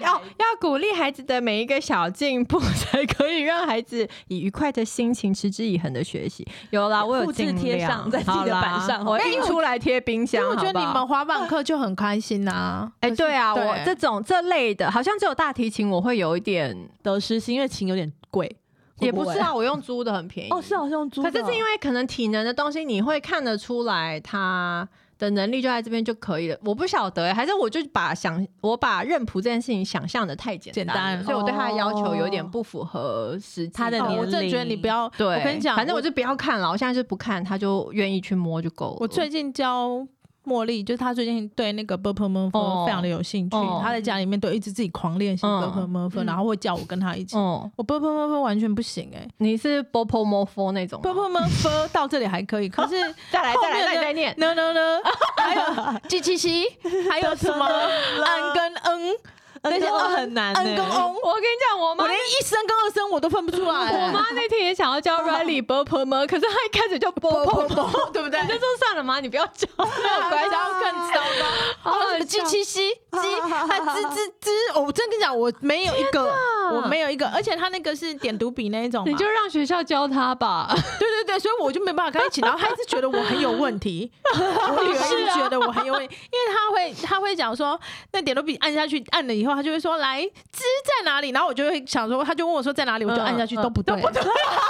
C: 要要鼓励孩子的每一个小进步，才可以让孩子以愉快的心情持之以恒的学习。有啦，我有
A: 复制
C: 尽
A: 贴
C: 量
A: 上在自己的
C: 好啦
A: 板上
C: 我
A: 没有
C: 印出来贴冰
B: 因
C: 箱。
B: 为我觉得
C: 好不好
B: 你们滑板课就很开心呐。
C: 哎、
B: 可是
C: 对啊，我这种这类的，好像只有大提琴我会有一点，
A: 得失心，因为琴有点贵，
C: 也不
A: 会
C: 是啊，我用租的很便宜。
A: 哦，是好像租的
C: 可
A: 哦，
C: 是是因为可能体能的东西，你会看得出来他的能力就在这边就可以了。我不晓得欸、还是我就把想我把认谱这件事情想象的太简单了，
B: 简单
C: 所以我对他的要求有点不符合实际
A: 他的
B: 哦
A: 年
B: 我真的觉得你不要，
C: 对，
B: 我跟你讲，
C: 反正我就不要看了，我现在就不看，他就愿意去摸就够了。
B: 我最近教。茉莉就是她最近对那个 b u r p l e m u r
C: 哦
B: f 非常的有兴趣，
C: 哦
B: 她在家里面都一直自己狂练习 b u
C: 嗯
B: r p l e m u r f
A: 嗯
B: 然后会叫我跟她一起。
C: 哦、
B: 我 b u r p l e m u r f 完全不行哎
C: 你是 bopo mofo 那种
B: b u r p l e
C: 吗
B: m u r f 到这里还可以，可是
C: 再来再来
B: 后面的
C: 再再念
B: no no no，还有 G 七七，还有什么安跟嗯，那些都很难
A: 欸
B: 安跟翁，
C: 我跟你讲，我妈
B: 我连一声跟二声我都分不出来。欸
C: 我妈那天也想要教 Riley b o p o 吗？可是她一开始就 b o p o 对不对？我就说算了嘛，你不要教，
B: 我
C: 我
B: 本来想要更糟糕， 哦
C: 好
B: 还有什么 G 七七鸡，还吱吱吱，哦我真跟你讲，我没有一个，我没有一个，而且他那个是点读笔那一种嘛，
C: 你就让学校教 他吧。
B: 对对对，所以我就没办法跟他一 起，然后他一直觉得我很有问题，我女儿一直觉得我很有问题，啊因为他会他会讲说，那点都笔按下去，按了以后他就会说来知在哪里，然后我就会想说，他就问我说在哪里，我就按下去
C: 嗯嗯
B: 都不对， 对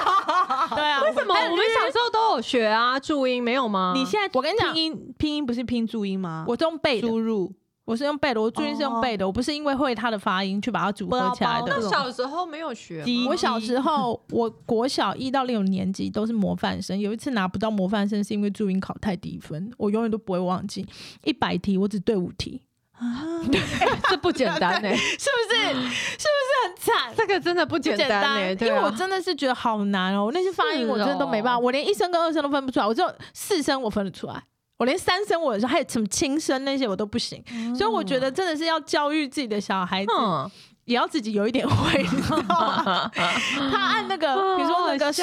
B: 啊，为什
C: 怎么？哎我们小时候都有学啊，注音没有吗？
A: 你现在
B: 我跟你讲
A: 拼，音拼音不是拼注音吗？
B: 我是用背的，
A: 输入
B: 我是用背的，我注音是用
C: 哦
B: 背的，我不是因为会他的发音去把它组合起来
A: 不要包
B: 的。
C: 小时候没有学吗，
A: 鸡
B: 我小时候，我国小一到六年级都是模范生。有一次拿不到模范生，是因为注音考太低分，我永远都不会忘记。一百题我只对五题，
A: 啊，
C: 这不简 单呢，
B: 是不是？是不是很惨？
C: 这个真的不啊简
B: 简
C: 单呢，对
B: 因为我
C: 啊。
B: 真的是觉得好难哦，那些发音
C: 是
B: 我真的都没办法，
C: 哦
B: 我连一声跟二声都分不出来，我只有四声我分得出来，我连三声我有时候还有什么轻声那些我都不行，
C: 哦
B: 所以我觉得真的是要教育自己的小孩子，
C: 嗯，
B: 也要自己有一点会，你知 道吗？他按那个，比如说那个诗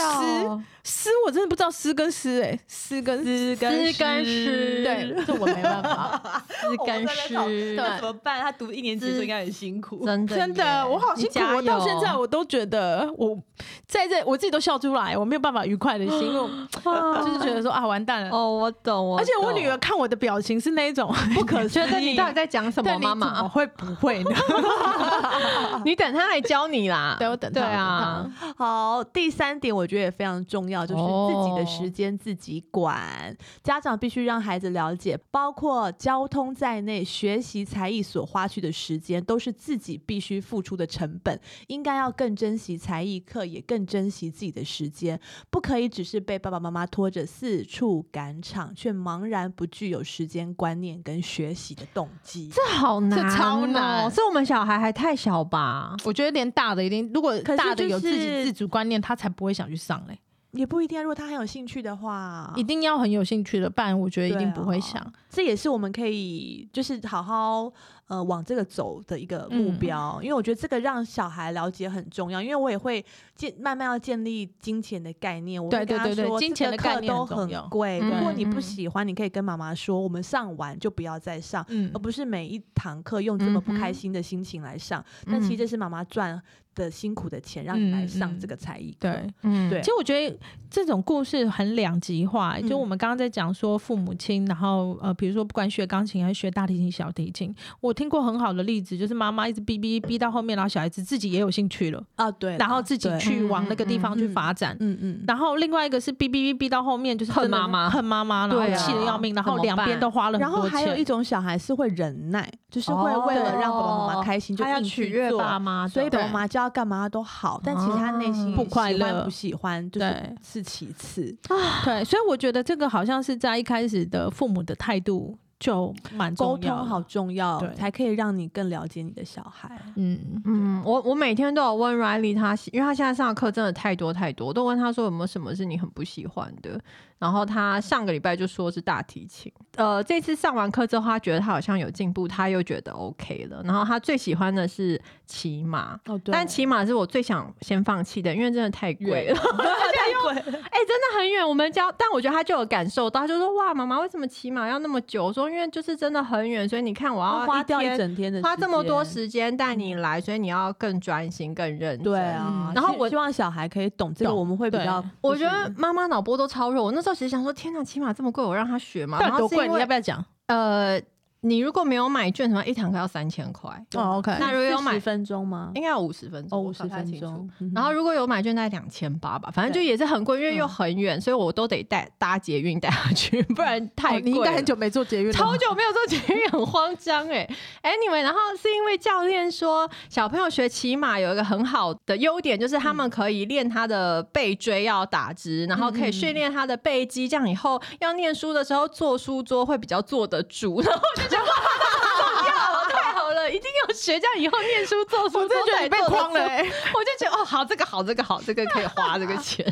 B: 诗，我真的不知道诗跟诗，哎，诗跟诗
C: 跟诗诗
B: 对，这我没办 法，
C: 诗跟诗，
A: 那
B: 对
A: 怎么办？他读一年级的时候应该很辛苦。
C: 真的
B: 真的，
C: 耶
B: 我好
C: 你
B: 辛苦，
C: 加
B: 我到
C: 油
B: 现在我都觉得我在这我自己都笑出来，我没有办法愉快的心，因为我 就是觉得说啊，完蛋了。
C: 哦，我懂，我
B: 而且我
C: 懂
B: 女儿看我的表情是那一 种不可
C: 觉得你到底在讲什
B: 对
C: 么，
B: 你
C: 妈
B: 怎么
C: 妈？
B: 会不会 呢？
C: 你等她来教你啦。
B: 对我等她
C: 对啊，
A: 好，第三点我觉得也非常重要，就是自己的时间自己管，家长必须让孩子了解，包括交通在内，学习才艺所花去的时间都是自己必须付出的成本，应该要更珍惜才艺课，也更珍惜自己的时间，不可以只是被爸爸妈妈拖着四处赶场，却茫然不具有时间观念跟学习的动机。
C: 这好难、哦
B: 这超难
C: 是我们小孩还太小好吧？
B: 我觉得连大的一定，如果
A: 可是
B: 大的
A: 就
B: 有自己
A: 是
B: 自主观念，他才不会想去上欸嘞、
A: 也不一定啊。如果他很有兴趣的话，
B: 一定要很有兴趣的，不然我觉得一定不
A: 啊
B: 会想。
A: 这也是我们可以就是好好呃往这个走的一个目
B: 嗯
A: 标，因为我觉得这个让小孩了解很重要，因为我也会建慢慢要建立金钱的概念。我会
B: 对对
A: 跟他
B: 对对
A: 说
B: 金
A: 这个
B: 钱的概
A: 课
B: 念
A: 都
B: 很重
A: 很
B: 要
A: 贵，
C: 对
A: 如果你
B: 嗯
A: 不
B: 嗯
A: 喜欢，你可以跟妈妈说，我们上完就不要再上。
B: 嗯
A: 而，不是每一堂课用这么不开
C: 嗯哼
A: 心的心情来上，但其实这是妈妈赚的辛苦的钱，让你来
B: 嗯
A: 上
B: 嗯
A: 这个才艺课。
B: 对。
C: 嗯
A: 哦对
B: 其实我觉得这种故事很两极化、就我们刚刚在讲说父母亲，然后呃，比如说不管学钢琴还是学大提琴、小提琴，我听过很好的例子，就是妈妈一直逼逼逼到后面，然后小孩子自己也有兴趣了，
A: 啊，对啦，
B: 然后自己
A: 对
B: 去往
C: 嗯
B: 那个地方去发展。
A: 嗯嗯，
B: 然后另外一个是逼逼逼逼到后面，就是
C: 恨
B: 真的
C: 妈妈
B: 恨妈妈，然后
C: 对啊
B: 气得要命，然后
C: 怎么
B: 两边
C: 办
B: 都花了很
A: 然后
B: 多
A: 还有一
B: 钱。
A: 种小孩是会忍耐，就是会
C: 哦
A: 为了让爸爸妈妈开心就
C: 他要
A: 硬
C: 取
A: 去
C: 悦
A: 做，
C: 爸妈的，
A: 所以爸
B: 对
A: 爸妈妈叫他干嘛都好，但其实他内心
C: 哦不
B: 快
A: 喜欢
B: 乐
A: 不喜欢就是
B: 对
A: 是其次。
B: 对，所以我觉得这个好像是在一开始的父母的态度就蛮重
A: 沟
B: 要的
A: 通好，重要
B: 对，
A: 才可以让你更了解你的小孩。
B: 嗯，
C: 嗯，我我每天都有问 Riley 他喜，因为他现在上的课真的太多太多，我都问他说有没有什么是你很不喜欢的。然后他上个礼拜就说是大提琴，呃，这次上完课之后，他觉得他好像有进步，他又觉得 OK 了。然后他最喜欢的是骑马，
A: 哦，对
C: 但骑马是我最想先放弃的，因为真的太贵了。
A: 太贵了，
C: 哎、真的很远。我们教，但我觉得他就有感受到，他就说哇，妈妈为什么骑马要那么久？我说因为就是真的很远，所以你看我要
A: 要花掉哦
C: 一
A: 一
C: 天
A: 整天的，嗯
C: 花这么多。时间带你来，所以你要更专心、更认真。
A: 对啊
B: 嗯，
C: 然后
A: 希
C: 我
A: 希望小孩可以懂这个，
B: 懂
A: 我们会比
B: 对
A: 较。
C: 我
A: 就是
C: 觉得妈妈脑波都超弱。我那时候其实想说，天哪，起码这么贵，我让他学嘛。
B: 到
C: 然
B: 底多
C: 后是
B: 贵？
C: 因
B: 你
C: 为
B: 要不要讲？
C: 呃，你如果没有买券，什么一堂课要三千块，
B: 哦，OK，
C: 那如果有买
A: 40分钟吗？
C: 应该要五十分
A: 哦，
C: 钟，
A: 五
C: 我
A: 十
C: 搞不太
A: 分
C: 清楚
A: 钟。。嗯哼
C: 然后如果有买券，大概两千八吧，反正就也是很贵，因为
A: 嗯
C: 又很远，所以我都得带搭捷运带他去，不然太
B: 哦你应
C: 贵
B: 该
C: 了
B: 很久没做节育了吧，
C: 超久没有做捷运， 很慌张哎、Anyway，然后是因为教练说，小朋友学骑马有一个很好的优点，就是他
B: 嗯
C: 们可以练他的背椎要打直，然后可
B: 嗯
C: 以训练他的背肌，这样以后要念书的时候坐书桌会比较坐得住。 然后我就觉得哇，太好了，太好了，一定要学，这样以后念书坐书
B: 我
C: 桌
B: 真的觉得
C: 才
B: 你被
C: 坐得
B: 框了、
C: 住
B: 欸。
C: 我就觉得哦，好，这个好，这个好，这个可以花这个 钱。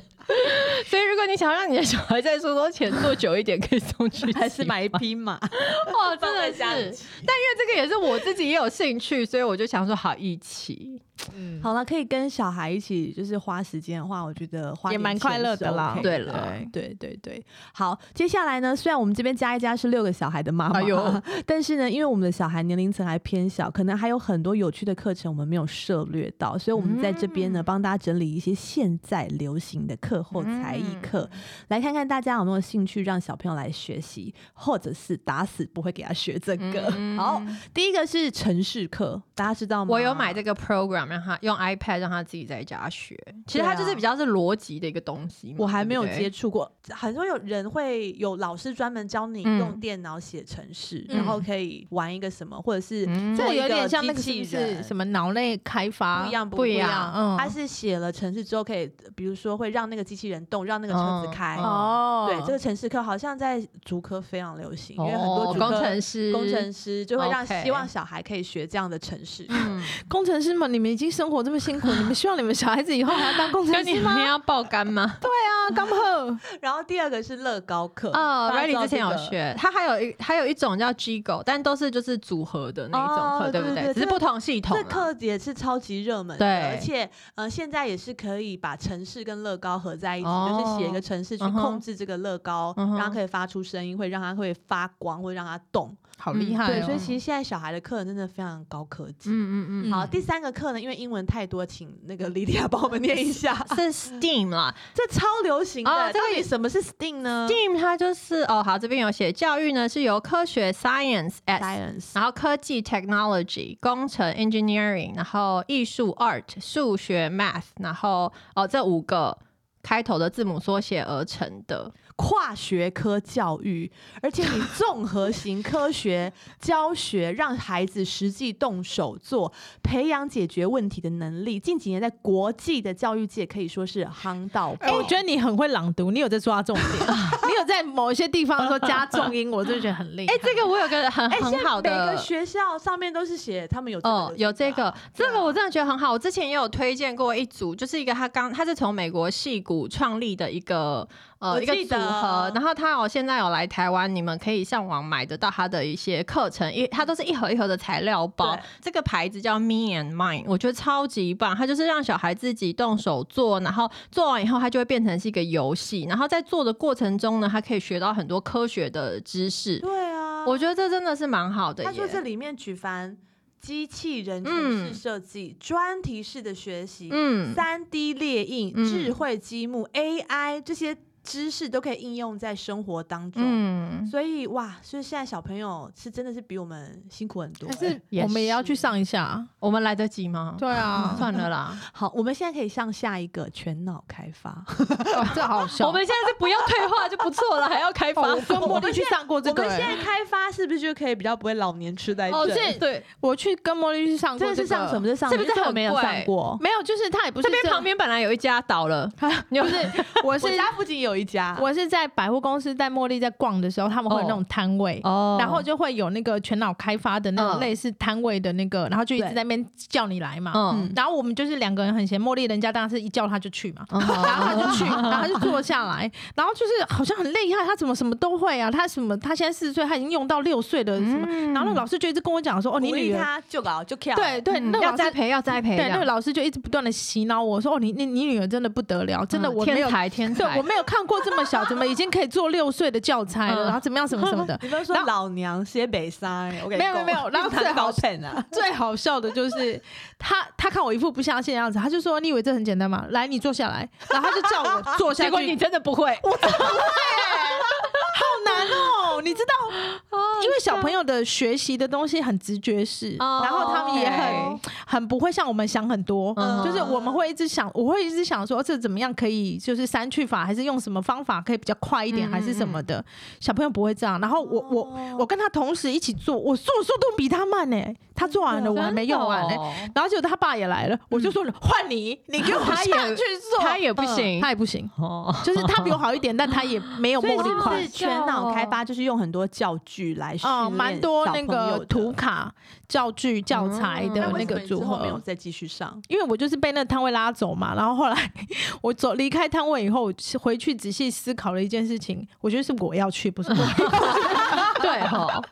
C: 所以如果你想让你的小孩在书桌前坐久一点，可以送去
A: 还是买一
C: 匹。
A: 匹马，
C: 哇，哦真的是！
A: 家
C: 但 因为这个也是我自己也有兴趣，所以我就想说好一起。
B: 嗯，
A: 好了，可以跟小孩一起，就是花时间的话，我觉得花
B: 也
A: 点
B: 蛮
A: 钱
B: 快乐的
A: 是
B: 啦
A: OK
C: 对
A: 的
C: 啦
A: 对对对。好，接下来呢，虽然我们这边加一加是六个小孩的妈妈，
C: 哎呦
A: 但是呢，因为我们的小孩年龄层还偏小，可能还有很多有趣的课程我们没有涉略到，所以我们在这边呢，
C: 嗯
A: 帮大家整理一些现在流行的课后才艺
C: 嗯
A: 课，来看看大家有没有兴趣让小朋友来学习，或者是打死不会给他学这个。
C: 嗯
A: 好，第一个是城市课，大家知道吗？
C: 我有买这个 program，让他用 iPad 让他自己在家学。其实
A: 对
C: 它
A: 啊
C: 就是比较是逻辑的一个东西嘛。
A: 我还没有
C: 嗯对不对
A: 接触过，很多有人会有老师专门教你
C: 嗯
A: 用电脑写程式，
B: 嗯
A: 然后可以玩一个什么，或者是
C: 嗯
B: 这
A: 做
B: 个
A: 一
B: 有点像那个
A: 机器
B: 是不是
A: 人
B: 什么脑内开发？
A: 不一样，
C: 啊不一
A: 一
C: 样
A: 样。
B: 嗯，
A: 它是写了程式之后，可以比如说会让那个机器人动，让那个车子
C: 嗯
A: 开。
C: 嗯
B: 哦，
A: 对，这个程式课好像在竹科非常流行，因为很
C: 哦
A: 多，竹
C: 工
A: 科
C: 程师，
A: 工程师就会让
C: OK
A: 希望小孩可以学这样的程式课。
C: 嗯，
B: 工程师们，你们已经生活这么辛苦，你们希望你们小孩子以后还要当工程
C: 跟你
B: 师
C: 们
B: 吗？
C: 要爆 肝吗？
B: 对啊，刚好
A: 然后第二个是乐高课，
C: 哦
A: 大家知
C: ，Riley
A: 道
C: 之前
A: 这
C: 有
A: 个
C: 学，他还有一还有一种叫 Gigo，但都是就是组合的那一种课，
A: 哦
C: 对不
A: 对对
C: 只是
A: 这
C: 不同系统
A: 这
C: 啊。
A: 课也是超级热门的，
C: 对
A: 而且呃，现在也是可以把城市跟乐高合在一起，
C: 哦
A: 就是写一个城市去
C: 嗯哼
A: 控制这个乐高，
C: 嗯哼
A: 然后可以发出声音，会让它会发光，会让它动。
B: 好
C: 嗯
B: 厉害、哦
A: 嗯对，所以其实现在小孩的课真的非常高科技。
C: 嗯嗯嗯，
A: 好，第三个课呢，因为英文太多，请那个莉莉亚帮我们念一下。
C: 是 Steam 啦，
A: 这超流行的，
C: 啊这个
A: 到底什么是 STEAM 呢
C: STEAM 它就是哦，好，这边有写教育呢是由科学 science S，
A: ？Science
C: 然后科技 technology 工程 engineering，然后艺术 art 数学 math，然后哦这五个开头的字母缩写而成的。
A: 跨学科教育，而且你综合型科学教学，让孩子实际动手做，培养解决问题的能力。近几年在国际的教育界可以说是夯到爆。
B: 哎、我觉得你很会朗读，你有在抓重点，你有在某一些地方说加重音，我真的觉得很厉害。
C: 哎、这个我有个很、
A: 哎、
C: 很
A: 现在
C: 好
A: 每个
C: 的。
A: 学校上面都是写他们有
C: 哦，有这个，这
A: 对
C: 个
A: 啊
C: 我真的觉得很好。我之前也有推荐过一组，就是一个他刚他是从美国戏谷创立的一个
A: 我
C: 呃一个
A: 记
C: 组
A: 得
C: 合，然后他哦现在有来台湾，你们可以上网买得到他的一些课程，因为它都是一盒一盒的材料包
A: 对。
C: 这个牌子叫 Me and Mine，我觉得超级棒，它就是让小孩自己动手做，然后做完以后它就会变成是一个游戏，然后在做的过程中呢，他可以学到很多科学的知识。
A: 对啊，
C: 我觉得这真的是蛮好的耶。
A: 他说这里面举凡机器人城市
C: 嗯
A: 设计、专、题式的学习、
C: 嗯，
A: 三、D 列印、
C: 嗯
A: 智慧积木、AI 这些知识都可以应用在生活当中。
C: 嗯，
A: 所以哇，所以现在小朋友是真的是比我们辛苦很多、欸
B: 但是
C: 也
B: 我们也要
C: 是
B: 去上一下。
C: 我们来得及吗？
B: 对啊，
C: 算了啦，
A: 好，我们现在可以上下一个全脑开发。
B: 哦这好笑。
C: 我们现在是不要退化就不错了，还要 开发
B: 哦我跟茉莉去上过这
A: 我
B: 个、
A: 们现
B: 欸，
A: 在开发是不是就可以比较不会老年痴呆症？
C: 哦，这对，
B: 我去跟茉莉去上过
A: 这
B: 个，
A: 个是上什么？？这上
C: 这不是
A: 我
C: 很
A: 没有
C: 贵
A: 上过？
B: 没有，就是他也不是
C: 这边
B: 正
C: 旁，边本来有一家倒 了，你有
B: 不是 我是
A: 我家附近有一家，
B: 我是在百货公司带茉莉在逛的时候，他们会有那种摊位。
C: 哦
B: 然后就会有那个全脑开发的那种
C: 嗯
B: 类似摊位的那个，然后就一直
A: 对
B: 在那边叫你来嘛。
C: 嗯，
B: 然后我们就是两个人很闲，茉莉人家当然是一叫他就去嘛，
A: 哦
C: 嗯然
B: 然后他就去， 然后他就坐下来，然后就是好像很厉害，他怎么什么都会啊？他什么？他现在四岁，他已经用到六岁的什么？然后那个老师就一直跟我讲说：“哦，
A: 嗯
B: 你
A: 鼓励
B: 女儿
A: 他嗯就搞就跳。欸
B: 对对，那个
C: 嗯要
B: 老
C: 栽
B: 师
C: 培，要栽培，
B: 对那
C: 这
B: 个
C: 样
B: 老师就一直不断的洗脑我说：‘哦，你你你女儿真的不得了，真的
C: 嗯
B: 我没有
C: 天才天
B: 对
C: 才，
B: 我没有看过这么小，怎么已经可以做六岁的教材了？
C: 嗯
B: 然后怎么样什么什么的。
A: 你们说
B: 然后
A: 老娘写北山、欸，我跟你
B: 没有
A: 讲
B: 没有然后
A: 就是
B: 最
A: 高
B: 好
A: 配啊，
B: 最好笑的就是他，他看我一副不相信的样子，他就说：‘你以为这很简单吗？来，你坐下来。’然后他就叫我坐下去。
C: 结果你真的不会，
B: 好难哦，你知道，因为小朋友的学习的东西很直觉式，
C: 哦
B: 然后他们也很
C: OK
B: 很不会像我们想很多，
C: 嗯
B: 就是我们会一直想，我会一直想说这怎么样可以就是删去法，还是用什么方法可以比较快一点，
C: 嗯
B: 还是什么的。小朋友不会这样，然后我我我跟他同时一起做，我做的速度比他慢呢，他做完了
C: 哦
B: 我还没用完呢。欸
C: 呢，
B: 然后结果他爸也来了，我就说换你，你给我
C: 他
B: 下
C: 也
B: 去做，
C: 他也不
B: 嗯
C: 行
B: 他也不行，
C: 哦，
B: 就是他比我好一点，但他也没有
A: 所以是
B: 茉莉
A: 不
B: 快
A: 是。全脑开发就是用很多教具来训
B: 哦，
A: 练
B: 蛮多
A: 小
B: 那
A: 朋友
B: 个
A: 的
B: 图卡、教具、教材的
C: 嗯
B: 哦那
A: 为什
B: 个
A: 么你
B: 组
A: 之后没有
B: 合。
A: 再继续上，
B: 因为我就是被那个摊位拉走嘛，然后后来 我走离开摊位以后，我回去仔细思考了一件事情，我觉得是我要去，不是 我
C: 对哦，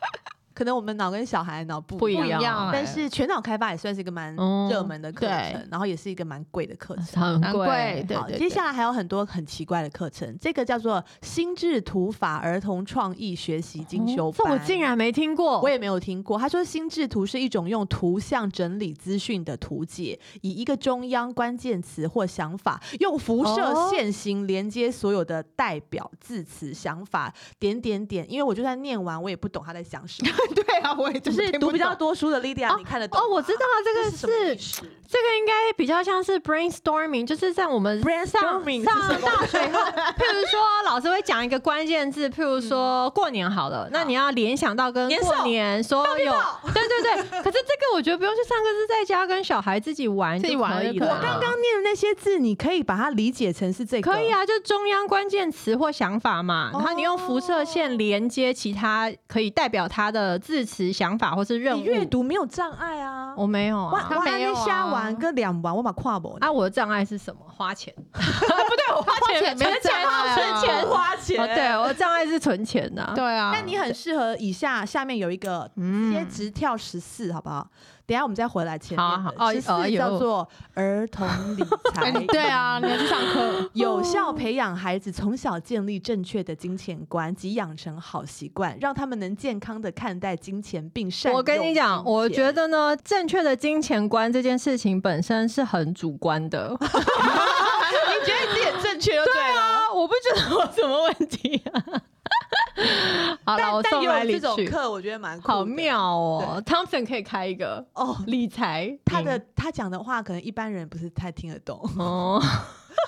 A: 可能我们脑跟小孩的脑不
C: 不一
A: 样。
C: 样，哎
B: 样
A: 但是全脑开发也算是一个蛮
C: 嗯
A: 热门的课
B: 对
A: 程，然后也是一个蛮贵的课程。
C: 很
B: 难怪
C: 贵，
B: 对
A: 好，
B: 对
A: 接下来还有很多很奇怪的课程，这个叫做心智图法儿童创意学习精修
C: 哦这
A: 班。
C: 我竟然没听过，
A: 我也没有听过。他说，心智图是一种用图像整理资讯的图解，以一个中央关键词或想法，用辐射线型连接所有的代表字词、想法点点点。因为我就算念完，我也不懂他在想什么。
B: 对啊，我 也
A: 就
B: 就是
A: 读比较多书的 Lydia，
C: 哦
A: 你看得懂
C: 哦，我知道了这
A: 这
C: 个
A: 是什么意
C: 是
A: 思？
C: 这个应该比较像是 brainstorming，就是在我们
A: Brainstorming
C: 上
A: 是什
C: 上
A: 么
C: 大学以后，譬如说老师会讲一个关键字，譬如说过年好了，那你要联想到跟
A: 年兽
C: 过年所有，
A: 报
C: 对对对。可是这个我觉得不用去上课，是在家跟小孩自己玩
B: 自己
C: 就
B: 玩
C: 可
B: 就
C: 以
B: 可以
C: 了。
B: 了
A: 我刚刚念的那些字，你可以把它理解成是这个，
C: 可以。啊，就中央关键词或想法嘛，然后你用辐射线连接其他可以代表它的字词、想法或是任
A: 你阅
C: 务。
A: 读没有障碍啊。
C: 我没有
A: 我
C: 啊，
A: 我
B: 他
A: 还
B: 没有
A: 没
B: 啊
A: 瞎玩跟两玩，我把跨博
C: 啊，我的障碍是什么？花钱，不对，我 花
B: 钱没
C: 存钱
B: 障碍啊
C: 存钱
A: 不花钱
C: 哦，对，我障碍是存钱呐、
B: 对啊。
A: 但你很适合以下下面有一个
C: 嗯
A: 接直跳十四，好不好？等一下我们再回来前
C: 好啊
A: 面
C: 好
A: 的
C: 哦
A: 十四、
C: 哦有
A: 叫做儿童理财，
B: 哎，你， 对，啊，你要去上课
A: 有效培养孩子从小建立正确的金钱观及养成好习惯，让他们能健康的看待金钱并善用
C: 我跟 你讲，
A: 金钱
C: 我觉得呢，正确的金钱观这件事情本身是很主观 的。
A: 你觉得自己很正确就对了。
C: 啊，我不觉得我有什么问题 啊。
A: 啊
C: 好了，
A: 但
C: 我
A: 但
C: 送
A: 也
C: 来
A: 有
C: 理
A: 这种
C: 去，
A: 课，我觉得蛮酷的
C: 好妙哦。Thompson 可以开一个
A: 哦。
C: 理财营，
A: 他的他讲的话，可能一般人不是太听得懂。
C: 哦，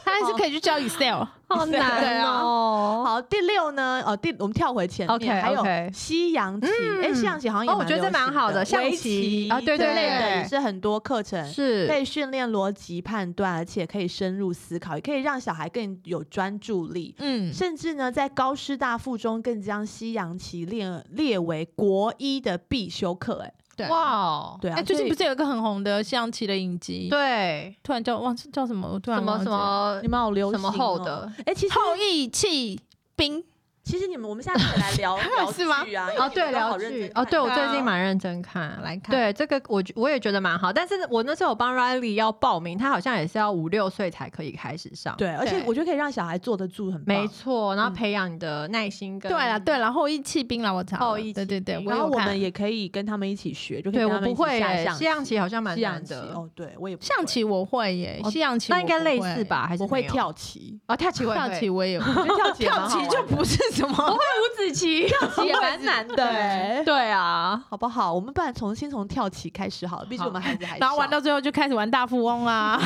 B: 他还是可以去教 Excel。
C: 好
B: 对
C: 难
B: 啊
C: 哦。
A: 好，第六呢？哦，第我们跳回前面
C: OK，
A: 还
C: OK
A: 有西洋棋。哎、西洋棋好像也、
C: 哦我觉得这蛮好的象
A: 围
C: 棋
A: 棋
C: 啊对
A: 这
C: 对
A: 类的
C: 对
A: 也是很多课程。可
C: 是
A: 以训练逻辑判断，而且可以深入思考，也可以让小孩更有专注力。
B: 嗯，
A: 甚至呢，在高师大附中更将西洋棋列列为国一的必修课。哎，
B: 对
C: 哇哦，
A: 对啊，
B: 哎，最
A: 所
B: 近
A: 以
B: 不是有一个很红的象棋的影集？，
C: 对，
B: 突然叫忘记叫什么，我突然
C: 什么
B: 忘
C: 什
B: 记
C: 么
A: 你们好啊流
C: 什
A: 行、
C: 么后？的
A: 哎、其实
B: 后羿弃兵，
A: 其实你们我们现在可以来 聊聊
B: 是吗
A: 剧啊，因为
C: 哦，
A: 你
C: 对，
A: 们都好
C: 聊
A: 认
C: 剧
A: 真
C: 哦，
A: 看
C: 对我
B: 对
C: 最
B: 啊
C: 近蛮认真看，
B: 来看
C: 对这个我觉我也觉得蛮好，但是我那时候有帮 Riley 要报名，他好像也是要五六岁才可以开始上，，
A: 对，而且
B: 对
A: 我觉得可以让小孩坐得住，很棒
C: 没错，然后
A: 嗯啊
C: 培养你的耐心跟
B: 对啦对啦，后羿弃兵啦，我操，
C: 后羿
B: 对对对，
A: 然
B: 有
A: 后我
B: 看
A: 们也可以跟他们一起学，就可以
C: 对，
A: 跟他
C: 我
A: 们一
C: 不
A: 起
C: 会
A: 下
C: 耶
A: 欸象
C: 西洋棋好像蛮
A: 西洋
C: 难
A: 棋
C: 的，
A: 哦，对我也不
B: 象棋我会耶，
C: 哦
B: 西洋棋
C: 那应该
B: 我不
C: 类
B: 会
C: 似？吧？还是
A: 我会
C: 没有
A: 跳 棋，
C: 哦，跳棋我也
B: 象
C: 会
B: 棋我也会，
A: 我觉得啊跳棋也蛮好玩
B: 跳 棋
A: 的
B: 就不是什
C: 我
B: 么
C: 会五子棋， 跳棋也蛮难的
A: 对
C: 对啊，
A: 好不好？我们不然从先从跳棋开始好了，毕竟我们孩子还
B: 然后玩
A: 小
B: 到最后就开始玩大富翁啦。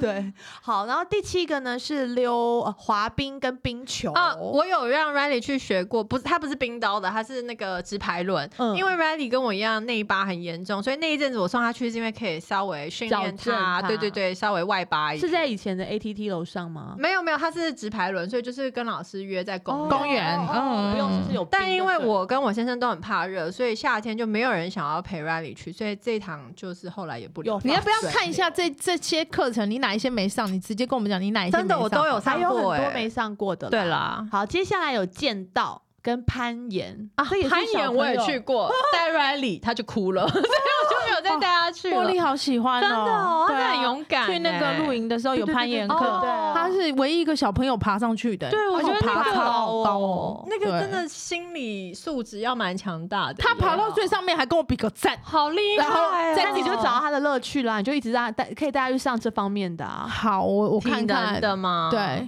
A: 对，好，然后第七个呢是溜、呃滑冰跟冰球。
C: 啊，我有让 Riley 去学过，不是他不是冰刀的，他是那个直排轮。
A: 嗯
C: 因为 Riley 跟我一样内八很严重，所以那一阵子我送他去是因为可以稍微训练
A: 矫正他
C: 对对对，稍微外八一点。
A: 是在以前的 ATT 楼上吗？
C: 没有没有，他是直排轮，所以就是跟老师约在公
B: 公园
A: 哦
B: 嗯
A: 不用就是有冰就对了。
C: 但因为我跟我先生都很怕热，所以夏天就没有人想要陪 Riley 去，所以这一堂就是后来也不留
A: 有。
B: 你要不要
A: 对
B: 看一下这这些课程？你哪一些没上？你直接跟我们讲，你哪一些
C: 真的
B: 没
C: 我
B: 上
C: 都有
A: 还
C: 上
A: 有很
C: 过
A: 多
C: 哎、
A: 没上过欸的。
C: 对，啦，
A: 好，接下来有剑道跟攀岩
C: 啊
A: 这也，是
C: 攀
A: 小
C: 岩我
A: 朋
C: 也
A: 友哦
C: 去过，带 Riley 他就哭了， 所以我就没有再带他去
A: 哦
C: 了。
B: 茉莉好喜欢
C: 真的哦，
B: 对
C: 他
B: 啊
C: 很勇敢欸。
B: 去那个露营的时候有攀岩
A: 对对对
B: 课，
A: 对啊
C: 哦
B: 他是唯一一个小朋友爬上去的。
C: 对我
B: 而且
C: 觉得那
B: 爬
C: 个
B: 超高哦，
C: 那个
B: 对
C: 真。的心理素质要蛮强大的。
B: 他爬到最
C: 对啊，
B: 上面还跟我比个赞，
C: 好厉害
B: 然后
C: 哦！
B: 再
A: 那你就找到他的乐趣啦，你就一直让他带，可以带他去上这方面的啊。
B: 好，我我
C: 体
B: 看
C: 能
B: 看，
C: 的嘛，
B: 对。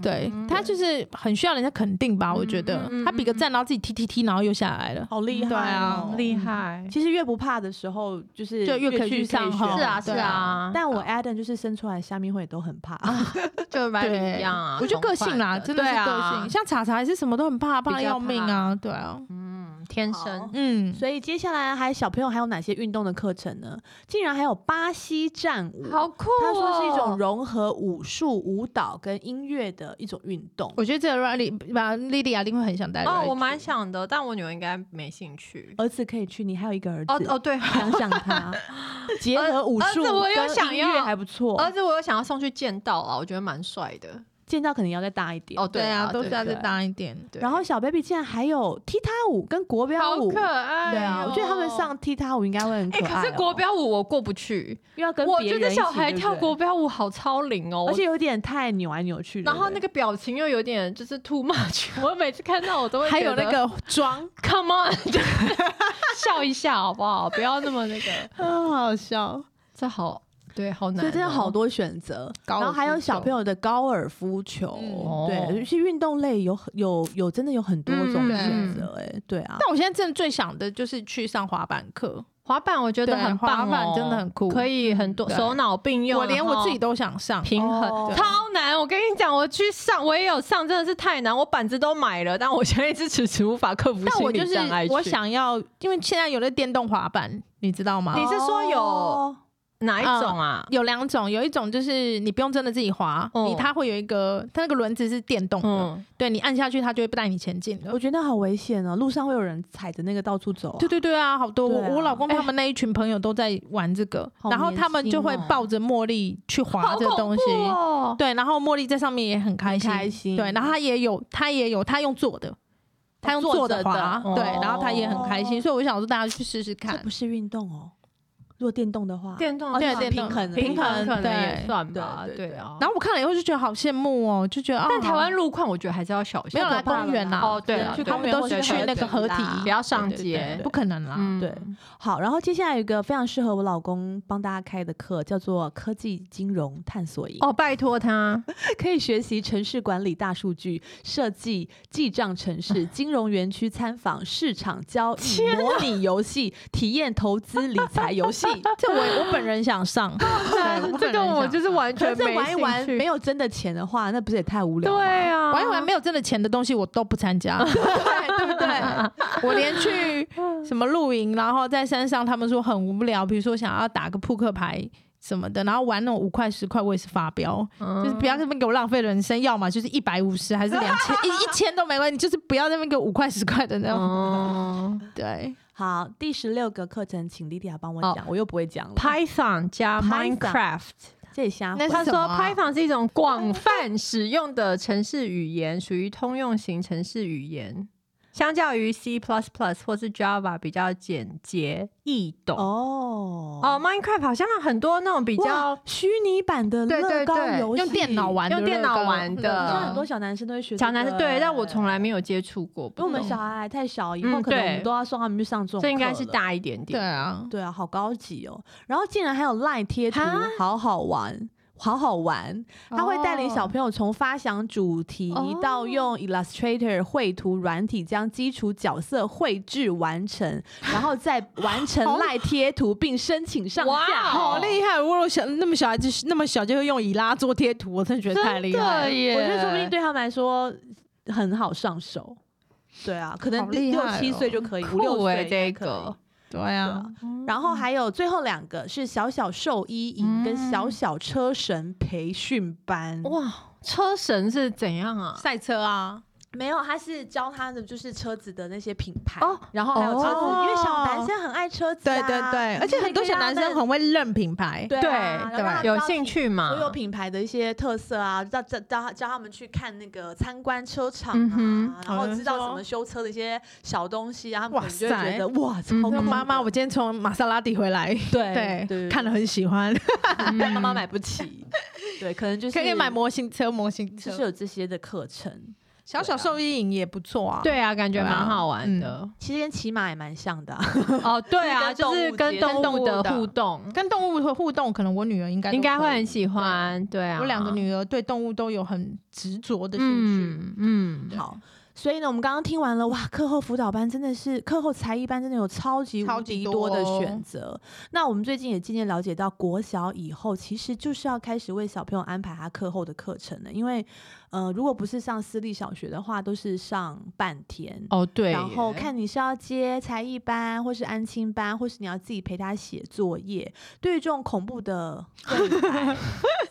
B: 对
C: 哦嗯
B: 他就是很需要人家肯定吧，我觉得
C: 嗯嗯嗯
B: 他比个赞，然后自己踢踢踢，然后又下来了。
A: 好厉害、哦！
B: 对啊
C: 嗯，厉害。
A: 其实越不怕的时候，就是
B: 就越可以
A: 去
B: 去上
A: 学
B: 哈
C: 是啊，是
B: 对啊
C: 啊，
A: 但我 Adam 就是生出来虾米会都很怕，
C: 就 Riley
B: 对
C: 一样啊，
B: 我觉得个性啦，
C: 同
B: 真
C: 款
B: 的是
C: 对
B: 个性。
C: 啊
B: 像查查也是什么都很怕，怕的要命啊，对啊，
C: 嗯，天生
A: 好
B: 嗯，
A: 所以接下来还小朋友还有哪些运动的课程呢？竟然还有巴西战舞，
C: 好酷
A: 他说是一种
C: 哦。
A: 融合武术、舞蹈跟音乐的一种运动。
B: 我觉得这个 Riley 把莉莉亚一定会很想带。
C: 哦，我蛮，想的，但我女儿应该没兴趣。
A: 儿子可以去，你还有一个儿子，
C: 哦哦，对，
A: 想想 他结合武术
C: 儿哦子我有
A: 跟
C: 想
A: 音
C: 要哦
A: 乐还不错。
C: 儿子我有想要送去剑道啊，我觉得蛮帅的。
A: 剑道可能要再大一点。
C: 哦，
B: 对
C: 啊，
B: 啊，都是要再
C: 对。
B: 大一点。
C: 对
A: 然后小 baby 竟然还有踢踏舞跟国标
C: 好
A: 舞，
C: 可爱哦、
A: 对啊，我觉得他们上踢踏舞应该会很
C: 哎、
B: 哦
A: 爱、
C: 可是国，标舞我过不去，
A: 又要跟
C: 我
A: 别
C: 觉
A: 人
C: 得
A: 一
C: 小
A: 起
C: 孩
A: 对不
C: 跳
A: 对
C: 国标舞好超龄哦，
A: 而且有点太扭来扭去
C: 我
A: 了。
C: 然后那
A: 个
C: 个表情又有点就是 too much，我 每次看到我都会
B: 还有那
C: 觉得
B: 个 妆，
C: come on，笑一下好不好？不要那么那个，
B: 很好笑。
C: 这好对，好难、哦
A: 所以真的好。多选择，
B: 高尔夫球
A: 然后还有小朋友的高尔夫球，
B: 嗯
A: 对，尤其运动类有有有真的有很多种选择，
C: 嗯
A: 哎、对啊。
B: 但我现在真的最想的就是去上滑板课，
C: 滑板我觉得
B: 对
C: 很嗯棒、哦，
B: 滑板真的很酷
C: 可以很多
B: 对
C: 手脑并用，
B: 我连我自己
C: 都
B: 都想上。
C: 平衡、
A: 哦
C: 超难。我跟你讲，我去上我也有上，真的是太难，我板子都买了，但我现在一直迟迟无法克服
B: 但我
C: 心
B: 就
C: 理
B: 是
C: 障碍
B: 我
C: 去
B: 想要，因为现在有了电动滑板，你知道吗？
C: 你是说有
A: 哦
C: 哪一种啊？
B: 有两种，有一种就是你不用真的自己滑，
C: 嗯
B: 你它会有一个，它那个轮子是电动的，
C: 嗯，
B: 对你按下去，它就会带你前进的
A: 我。觉得好危险哦，路上会有人踩着那个到处走、啊。
B: 对对对啊，好多、
A: 对啊
C: 哦
B: 我我老公
C: 哎
B: 他们那一群朋友都在玩这个，
A: 好
B: 然后他们就会
A: 年轻哦
B: 抱着茉莉去滑
C: 好
B: 这个东西，
C: 恐怖哦
B: 对，然后茉莉在上面也很开心，
A: 很开心
B: 对，然后他也有他也有他用坐的，他用
C: 哦坐
B: 坐的
C: 着的
B: 滑，对，
C: 哦
B: 然后他也很开心，所以我想说大家去试试
A: 这
B: 看
A: 不，是运动哦。如果电动的话，
C: 电动
A: 哦
B: 对
A: 是
B: 电
A: 平
B: 动
A: 衡的
C: 平衡可能也
B: 对
C: 算吧，
A: 对对
C: 对啊。
B: 然后我看了以后就觉得好羡慕哦，就觉得
C: 但
B: 哦
C: 台湾路况我觉得还是要小
B: 没
C: 心，
B: 有
A: 太
B: 啦，
A: 可怕了
B: 公园啊啦，
C: 哦对啦
B: 去
C: 对
B: 公园
C: 对
B: 都是
C: 对
B: 去
C: 对
B: 那个
A: 对
B: 合体，
A: 啦
C: 不要上
B: 对对对
C: 街
B: 不。可能啦。
C: 嗯
A: 对好，然后接下来有一个非常适合我老公帮大家开的课，叫做科技金融探索营，
C: 哦，拜托他，
A: 可以学习城市管理、大数据设计、记账城市、金融园区参访、市场交易、模拟游戏、体验投资理财游戏。
B: 以 这我我本人想上，对我
C: 这
B: 本人
C: 个我
B: 想
C: 就是完
A: 可
C: 全
A: 是这
C: 没
A: 玩一玩
C: 兴趣
A: 没有真的钱的话，那不是也太无聊？
C: 对，啊，
B: 玩一 玩没有真的钱的东西，我都不参加，
A: 对不对？
B: 我连去什么露营，然后在山上，他们说很无聊，比如说想要打个扑克牌什么的，然后玩那种五块十块，我也是发飙，
C: 有
B: 就是不要在那边给我浪费人生，要么就是一百五十还是两千一一千都没关系，就是不要在那边给我五块十块的那种。
C: 哦
B: 对，
A: 好，第十六个课程，请莉莉亚帮我
C: 哦
A: 讲，我又不会讲了。
C: ，Python 加
A: Python
C: Minecraft。
A: 这瞎混
B: 那是
C: 他
B: 什
C: 说
B: 么啊
C: Python 是一种广泛使用的程式语言，属于通用型程式语言，相较于 C++ 或是 Java 比较简洁易懂。哦
A: 哦
C: m i n e c r a f t 好像很多那种比
A: 哇
C: 较
A: 虚拟版的
C: 对对
A: 乐高
C: 对
A: 游戏，
B: 用电脑玩的
C: 用
B: 乐高，
C: 电脑玩的
A: 好像
C: 呃
A: 很多小男生都会学这个。
C: 小男生对，但我从来没有接触过，
A: 因为我们
C: 不懂
A: 小孩还太小，以
C: 嗯
A: 后可能我
C: 对
A: 们都要送他们去上这种课了。
C: 这应该是大一点
B: 对
C: 点。
B: 啊，
A: 对啊，好高级哦。然后竟然还有 LINE 贴图
C: 哈，
A: 好好玩。好好玩，他会带领小朋友从发想主题
C: 哦
A: 到用 Illustrator 绘图软体将基础角色绘制完成，然后再完 成 LINE 贴图并申请上架。
C: 哦
B: 好厉害！我有小那么小孩子那么小就会用以拉做贴图，我真的觉得太厉害了。
C: 耶
A: 我觉得说不定对他们来说很好上手。对啊，可
B: 好
A: 能
B: 厉
A: 六
B: 害
A: 七
B: 哦
A: 岁就可以，五六
C: 酷
A: 岁
C: 欸
A: 应
C: 这
A: 该可以
C: 个。
B: 对啊，
A: 然后还有最后两个是小小兽医营跟小小车神培训班。哇，
C: 哇，车神是怎样啊？
B: 赛车啊，
A: 没有，他是教他的就是车子的那些品牌
C: 哦
A: 然后还有车子，
B: 哦
A: 因为小男生很爱车子、
B: 对
A: 啊，
B: 对对，而且很多小男生很会认品牌，
A: 对啊
C: 对
A: 然后让他
C: 有
A: 知道
C: 兴趣嘛？
A: 所有 品牌的一些特色啊，教教教他教他们去看那个参观车厂
C: 嗯
A: 啊，
C: 哼
A: 然后知道
B: 哦
A: 怎么修车的一些小东西啊，他们
B: 哇
A: 可能就会觉得哇，超
C: 嗯
A: 酷
B: 那
A: 的。
B: 妈妈，我今天从玛莎拉蒂回来，
A: 对
B: 对
A: 对，
B: 看了很喜欢，
C: 嗯
A: 但妈妈买不 起，对，可能就是
B: 可以买模型车，模型
A: 就是有
B: 车，
A: 这些的课程，
B: 小小兽医营也不错啊。
C: 对啊，感觉
B: 对啊
C: 蛮好玩的。
A: 其实跟骑马也蛮像的啊、
C: 哦，对啊，
A: 就
C: 就是是
A: 跟
C: 跟
A: 动物
C: 动物的
B: 接触的
C: 互动，
B: 跟动物的互动，可能我女儿应该都
C: 应该会
B: 可以
C: 很喜欢。对啊，
B: 我两个女儿对动物都有很执着的兴趣。
C: 嗯嗯，
A: 好，所以呢，我们刚刚听完了，哇，课后辅导班真的是课后才艺班，真的有超级
B: 超
A: 无
B: 级
A: 敌
B: 多
A: 多的
B: 哦
A: 选择。那我们最近也渐渐了解到，国小以后其实就是要开始为小朋友安排他课后的课程了，因为呃，如果不是上私立小学的话，都是上半天。
C: 哦对耶，
A: 然后看你是要接才艺班，或是安亲班，或是你要自己陪他写作业。对于这种恐怖的未来，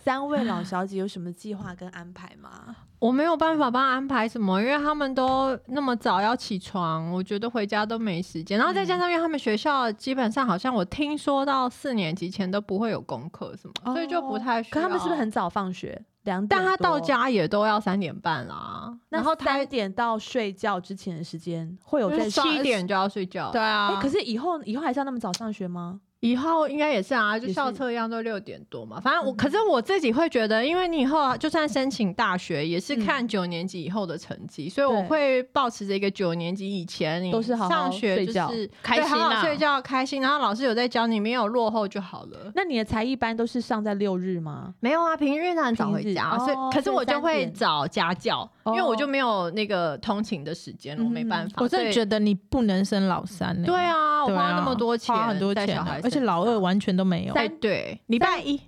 A: 三位老小姐有什么计划跟安排吗？
C: 我没有办法帮她安排什么，因为他们都那么早要起床，我觉得回家都没时间。然后再加上，因为他们学校基本上好像我听说到四年级前都不会有功课什么，所以就不太需
A: 哦
C: 要。
A: 可他们是不是很？早放学？两点多，
C: 但他到家也都要三点半啦，
A: 然
C: 然
A: 后
C: 后
A: 三
C: 他
A: 点到睡觉之前的时间会有在刷
C: 七点就要睡觉。
B: 对，啊，
C: 哎
A: 诶可是以后以后还是要那么早上学吗？
C: 以后应该也是啊，就
A: 也
C: 校
A: 是
C: 车一样都六点多嘛。反正我，
A: 嗯
C: 可是我自己会觉得，因为你以后啊就算申请大学，也是看九年级以后的成绩，所以我
A: 嗯对
C: 会保持着一个九年级以前你
A: 都是好好
C: 上学就
A: 睡觉
C: 是
B: 开
C: 对
B: 心
C: 好
B: 啊
C: 好睡觉开心，然后老师有在教你，没有落后就好了。
A: 那你的才艺班都是上在六日吗？
C: 没有啊，平日呢很早
A: 平
C: 回
A: 日
C: 家，
A: 哦
C: 所以可是
A: 所以
C: 我就
A: 三
C: 会
A: 点
C: 找家教，因为我就没有那个通勤的时间，我
A: 嗯
C: 没
A: 哼
C: 办法。
B: 我真的
C: 所以
B: 觉得你不能生老三呢、
C: 对啊，我
B: 对啊，
C: 花那么多钱，
B: 花很多钱
C: 小
B: 啊、而
C: 孩
B: 且
C: 身
B: 老二
C: 上
B: 完全都没有。
C: 哎，对，礼拜一，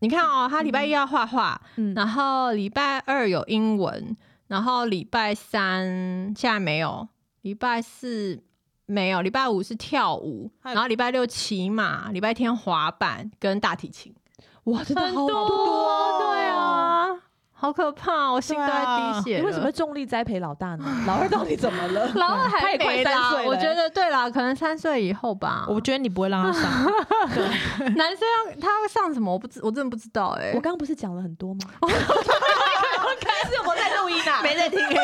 C: 你看哦，他礼拜一要画画，
A: 嗯，
C: 然后礼拜二有英文，然后礼拜三现在没有，礼拜四没有，礼拜五是跳舞，
B: 还有
C: 然后礼拜六骑马，礼拜天滑板跟大提琴，
A: 哇，真的
B: 哦
A: 好
C: 多对啊，好可怕，哦我心都在滴血
A: 你
C: 了。
A: 为什么重力栽培老大呢？老二到底怎么了？
C: 老二
A: 他
C: 还
A: 也快
C: 没
A: 三
C: 啦
A: 岁了
C: 我觉得对啦，可能三岁以后吧。
B: 我觉得你不会让他上，
C: 男生要他要上什么？我不知，我真的不知道哎、
A: 我刚刚不是讲了很多吗？
B: 是我在录音 啊，没在听、
C: 欸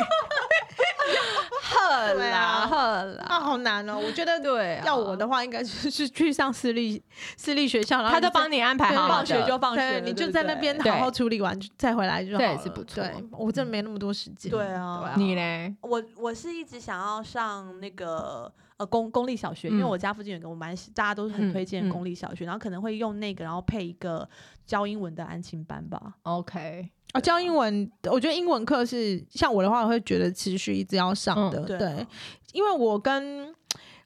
C: 喝
B: 对啊
C: 啦喝啦，
B: 啊，好难哦。我觉得
C: 对啊
B: 要我的话，应该就是去上私立私立学校，然后
C: 他都
B: 你
C: 帮你安排好
B: 对
C: 好
A: 放
C: 的
A: 学就放学
B: 对，
A: 了，
B: 你
A: 对
B: 就
A: 不
B: 在
A: 对
B: 那边
C: 对
B: 好好处理完，就再回来就好
C: 这
B: 了。
C: 也是不错
B: 对我真的没那么多时间。
A: 对啊
C: 你嘞？
A: 我我是一直想要上那个呃公公立小学，因为
C: 嗯
A: 我家附近有一个我蛮喜大家都
C: 嗯
A: 很推荐
C: 嗯
A: 的公立小学，然后可能会用那个，然后配一个教英文的安亲班吧。
C: OK，
B: 啊，教英文，我觉得英文课是像我的话，我会觉得持续一直要上的。
A: 嗯对啊
B: 对，因为我跟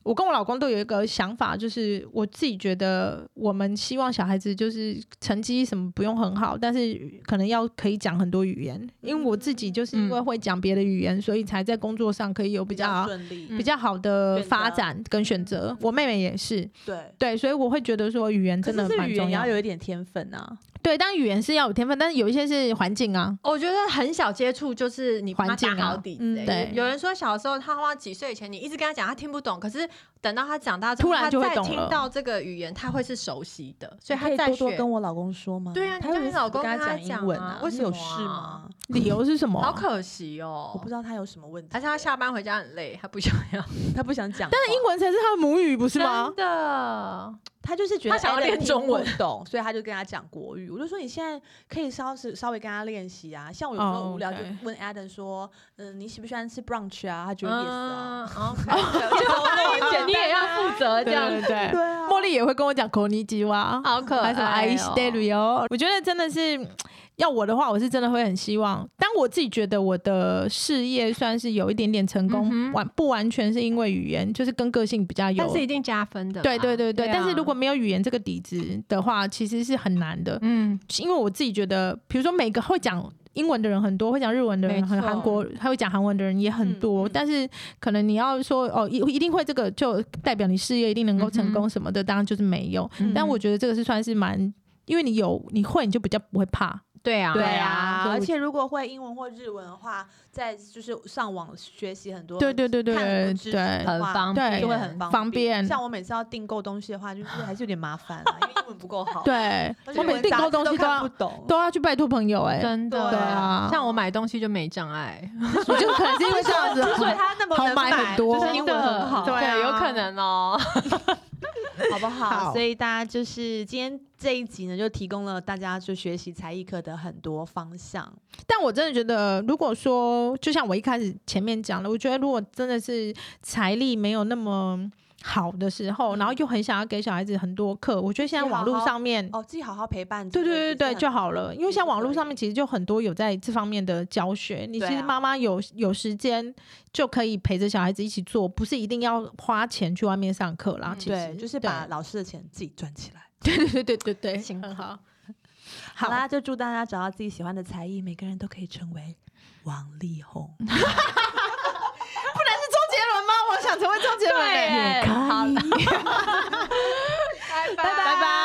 B: 我跟我老公都有一个想法，就是我自己觉得，我们希望小孩子就是成绩什么不用很好，但是可能要可以讲很多语言。因为我自己就是因为会讲别的语言，所以才在工作上可以有比较好
A: 嗯顺利，
C: 嗯
B: 比较好的
A: 选择嗯
B: 发展跟选择。我妹妹也是，
A: 对。
B: 对，所以我会觉得说语言
A: 可
B: 真的
A: 是这
B: 蛮
A: 语言
B: 重
A: 也
B: 要
A: 要
B: 的。
A: 有一点天分啊，
B: 对，当然语言是要有天分，但是有一些是环境啊。
C: 我觉得很小接触就是你帮他
B: 环境啊
C: 打好底子、
A: 嗯
C: 欸
B: 对
C: 有人说小时候他花几岁以前，你一直跟他讲他听不懂，可是等到他长大之后，
B: 突然就会
C: 他再
B: 懂了
C: 听到这个语言，他会是熟悉的，所以他
A: 可以
C: 再
A: 多
C: 学。
A: 多跟我老公说吗？
C: 对啊
A: 他
C: 你叫
A: 有
C: 你
A: 一次
C: 老公
A: 跟
C: 跟他
A: 他
C: 讲
A: 英文
C: 啊
A: 啊？
C: 为
A: 你
C: 什
A: 有
C: 么
A: 事吗？
B: 理由是什么啊？
C: 好可惜哦、
A: 我不知道他有什么问题，
C: 还是他下班回家很累，他不想要。
A: 他不想讲话，
B: 但是英文才是他的母语，不是吗？
C: 真的，
A: 他就是觉得
C: 他想要练
A: Adam 听
C: 中文
A: 不懂， 所以他就跟他讲国语。我就说你现在可以稍是稍微跟他练习啊，像我有时候
B: 哦
A: 无聊就
B: OK
A: 问 Adam 说，嗯，你喜不喜欢吃 brunch 啊？他觉得 yes 啊，
C: 嗯，OK，就
A: 很简单啊
C: 你也要负责这
B: 对
C: 样啊
B: 对。对。
A: 对啊，
B: 茉莉也会跟我讲 k o n i j i w a
C: 好可
B: 还
C: 爱、
B: 有什么 I stereo，我觉得真的是。要我的话，我是真的会很希望。但我自己觉得我的事业算是有一点点成功，
C: 嗯哼
B: 完不完全是因为语言，就是跟个性比较有
C: 但。是一定加分的啦。
B: 对对对对，
C: 啊
B: 但是如果没有语言这个底子的话，其实是很难的。
C: 嗯，
B: 因为我自己觉得，比如说每个会讲英文的人很多，会讲日文的人
C: 没
B: 很
C: 错
B: 韩国，还会讲韩文的人也很
A: 嗯
B: 多，
A: 嗯
B: 但是可能你要说哦，一一定会这个就代表你事业一定能够成
C: 嗯
B: 功什么的，当然就是没有。
C: 嗯
B: 但我觉得这个是算是蛮，因为你有你会，你就比较不会怕。
C: 对啊，
A: 对
B: 对啊
A: 啊，
B: 所以我
A: 而且如果会英文或日文的话，在就是上网学习很多
B: 对对对对
A: 看很多
B: 对
A: 知识的
C: 很
A: 话
C: 方
B: 对
C: 便，
A: 就会很方
B: 方便
A: 像我每次要订购东西的话，就是还是有点麻烦 啊，因为英文不够好。，
B: 对，我每次订购东西都
A: 看不
B: 要
A: 懂，
B: 都要去拜托朋友、欸，哎，
C: 真
A: 对
C: 的。
B: 啊
C: 像我买东西就没障碍，
B: 我就可能是因为这样子，
A: 所以啊他那么
B: 啊好
A: 能
B: 买很多
A: 就是英文很好，
C: 对
B: 对啊
C: 有可能哦。
A: 好不好？
B: 好
A: 所以大家就是今天这一集呢，就提供了大家就学习才艺课的很多方向。
B: 但我真的觉得，如果说就像我一开始前面讲的，我觉得如果真的是财力没有那么好的时候，然后又很想要给小孩子很多课，我觉得现在网络上面。
A: 哦，自己好好陪伴自
B: 嗯对
A: 己。
B: 对对对，就好了。因为像网络上
A: 也
B: 面其实就很多有在这方面的教学，你其
A: 对啊
B: 实妈妈有有时间就可以陪着小孩子一起做，不是一定要花钱去外面上课啦
C: 嗯。
B: 其
A: 是可以。
B: 实
A: 对，就是把老师的钱自己赚起来。
B: 对对对对对对，
C: 辛苦
B: 很好。
A: 好啦，就祝大家找到自己喜欢的才艺，每个人都可以成为王力宏。
B: 周杰伦吗？我想成为周杰伦、欸。
C: 耶
A: 可以
C: 好了 拜拜
B: 拜拜。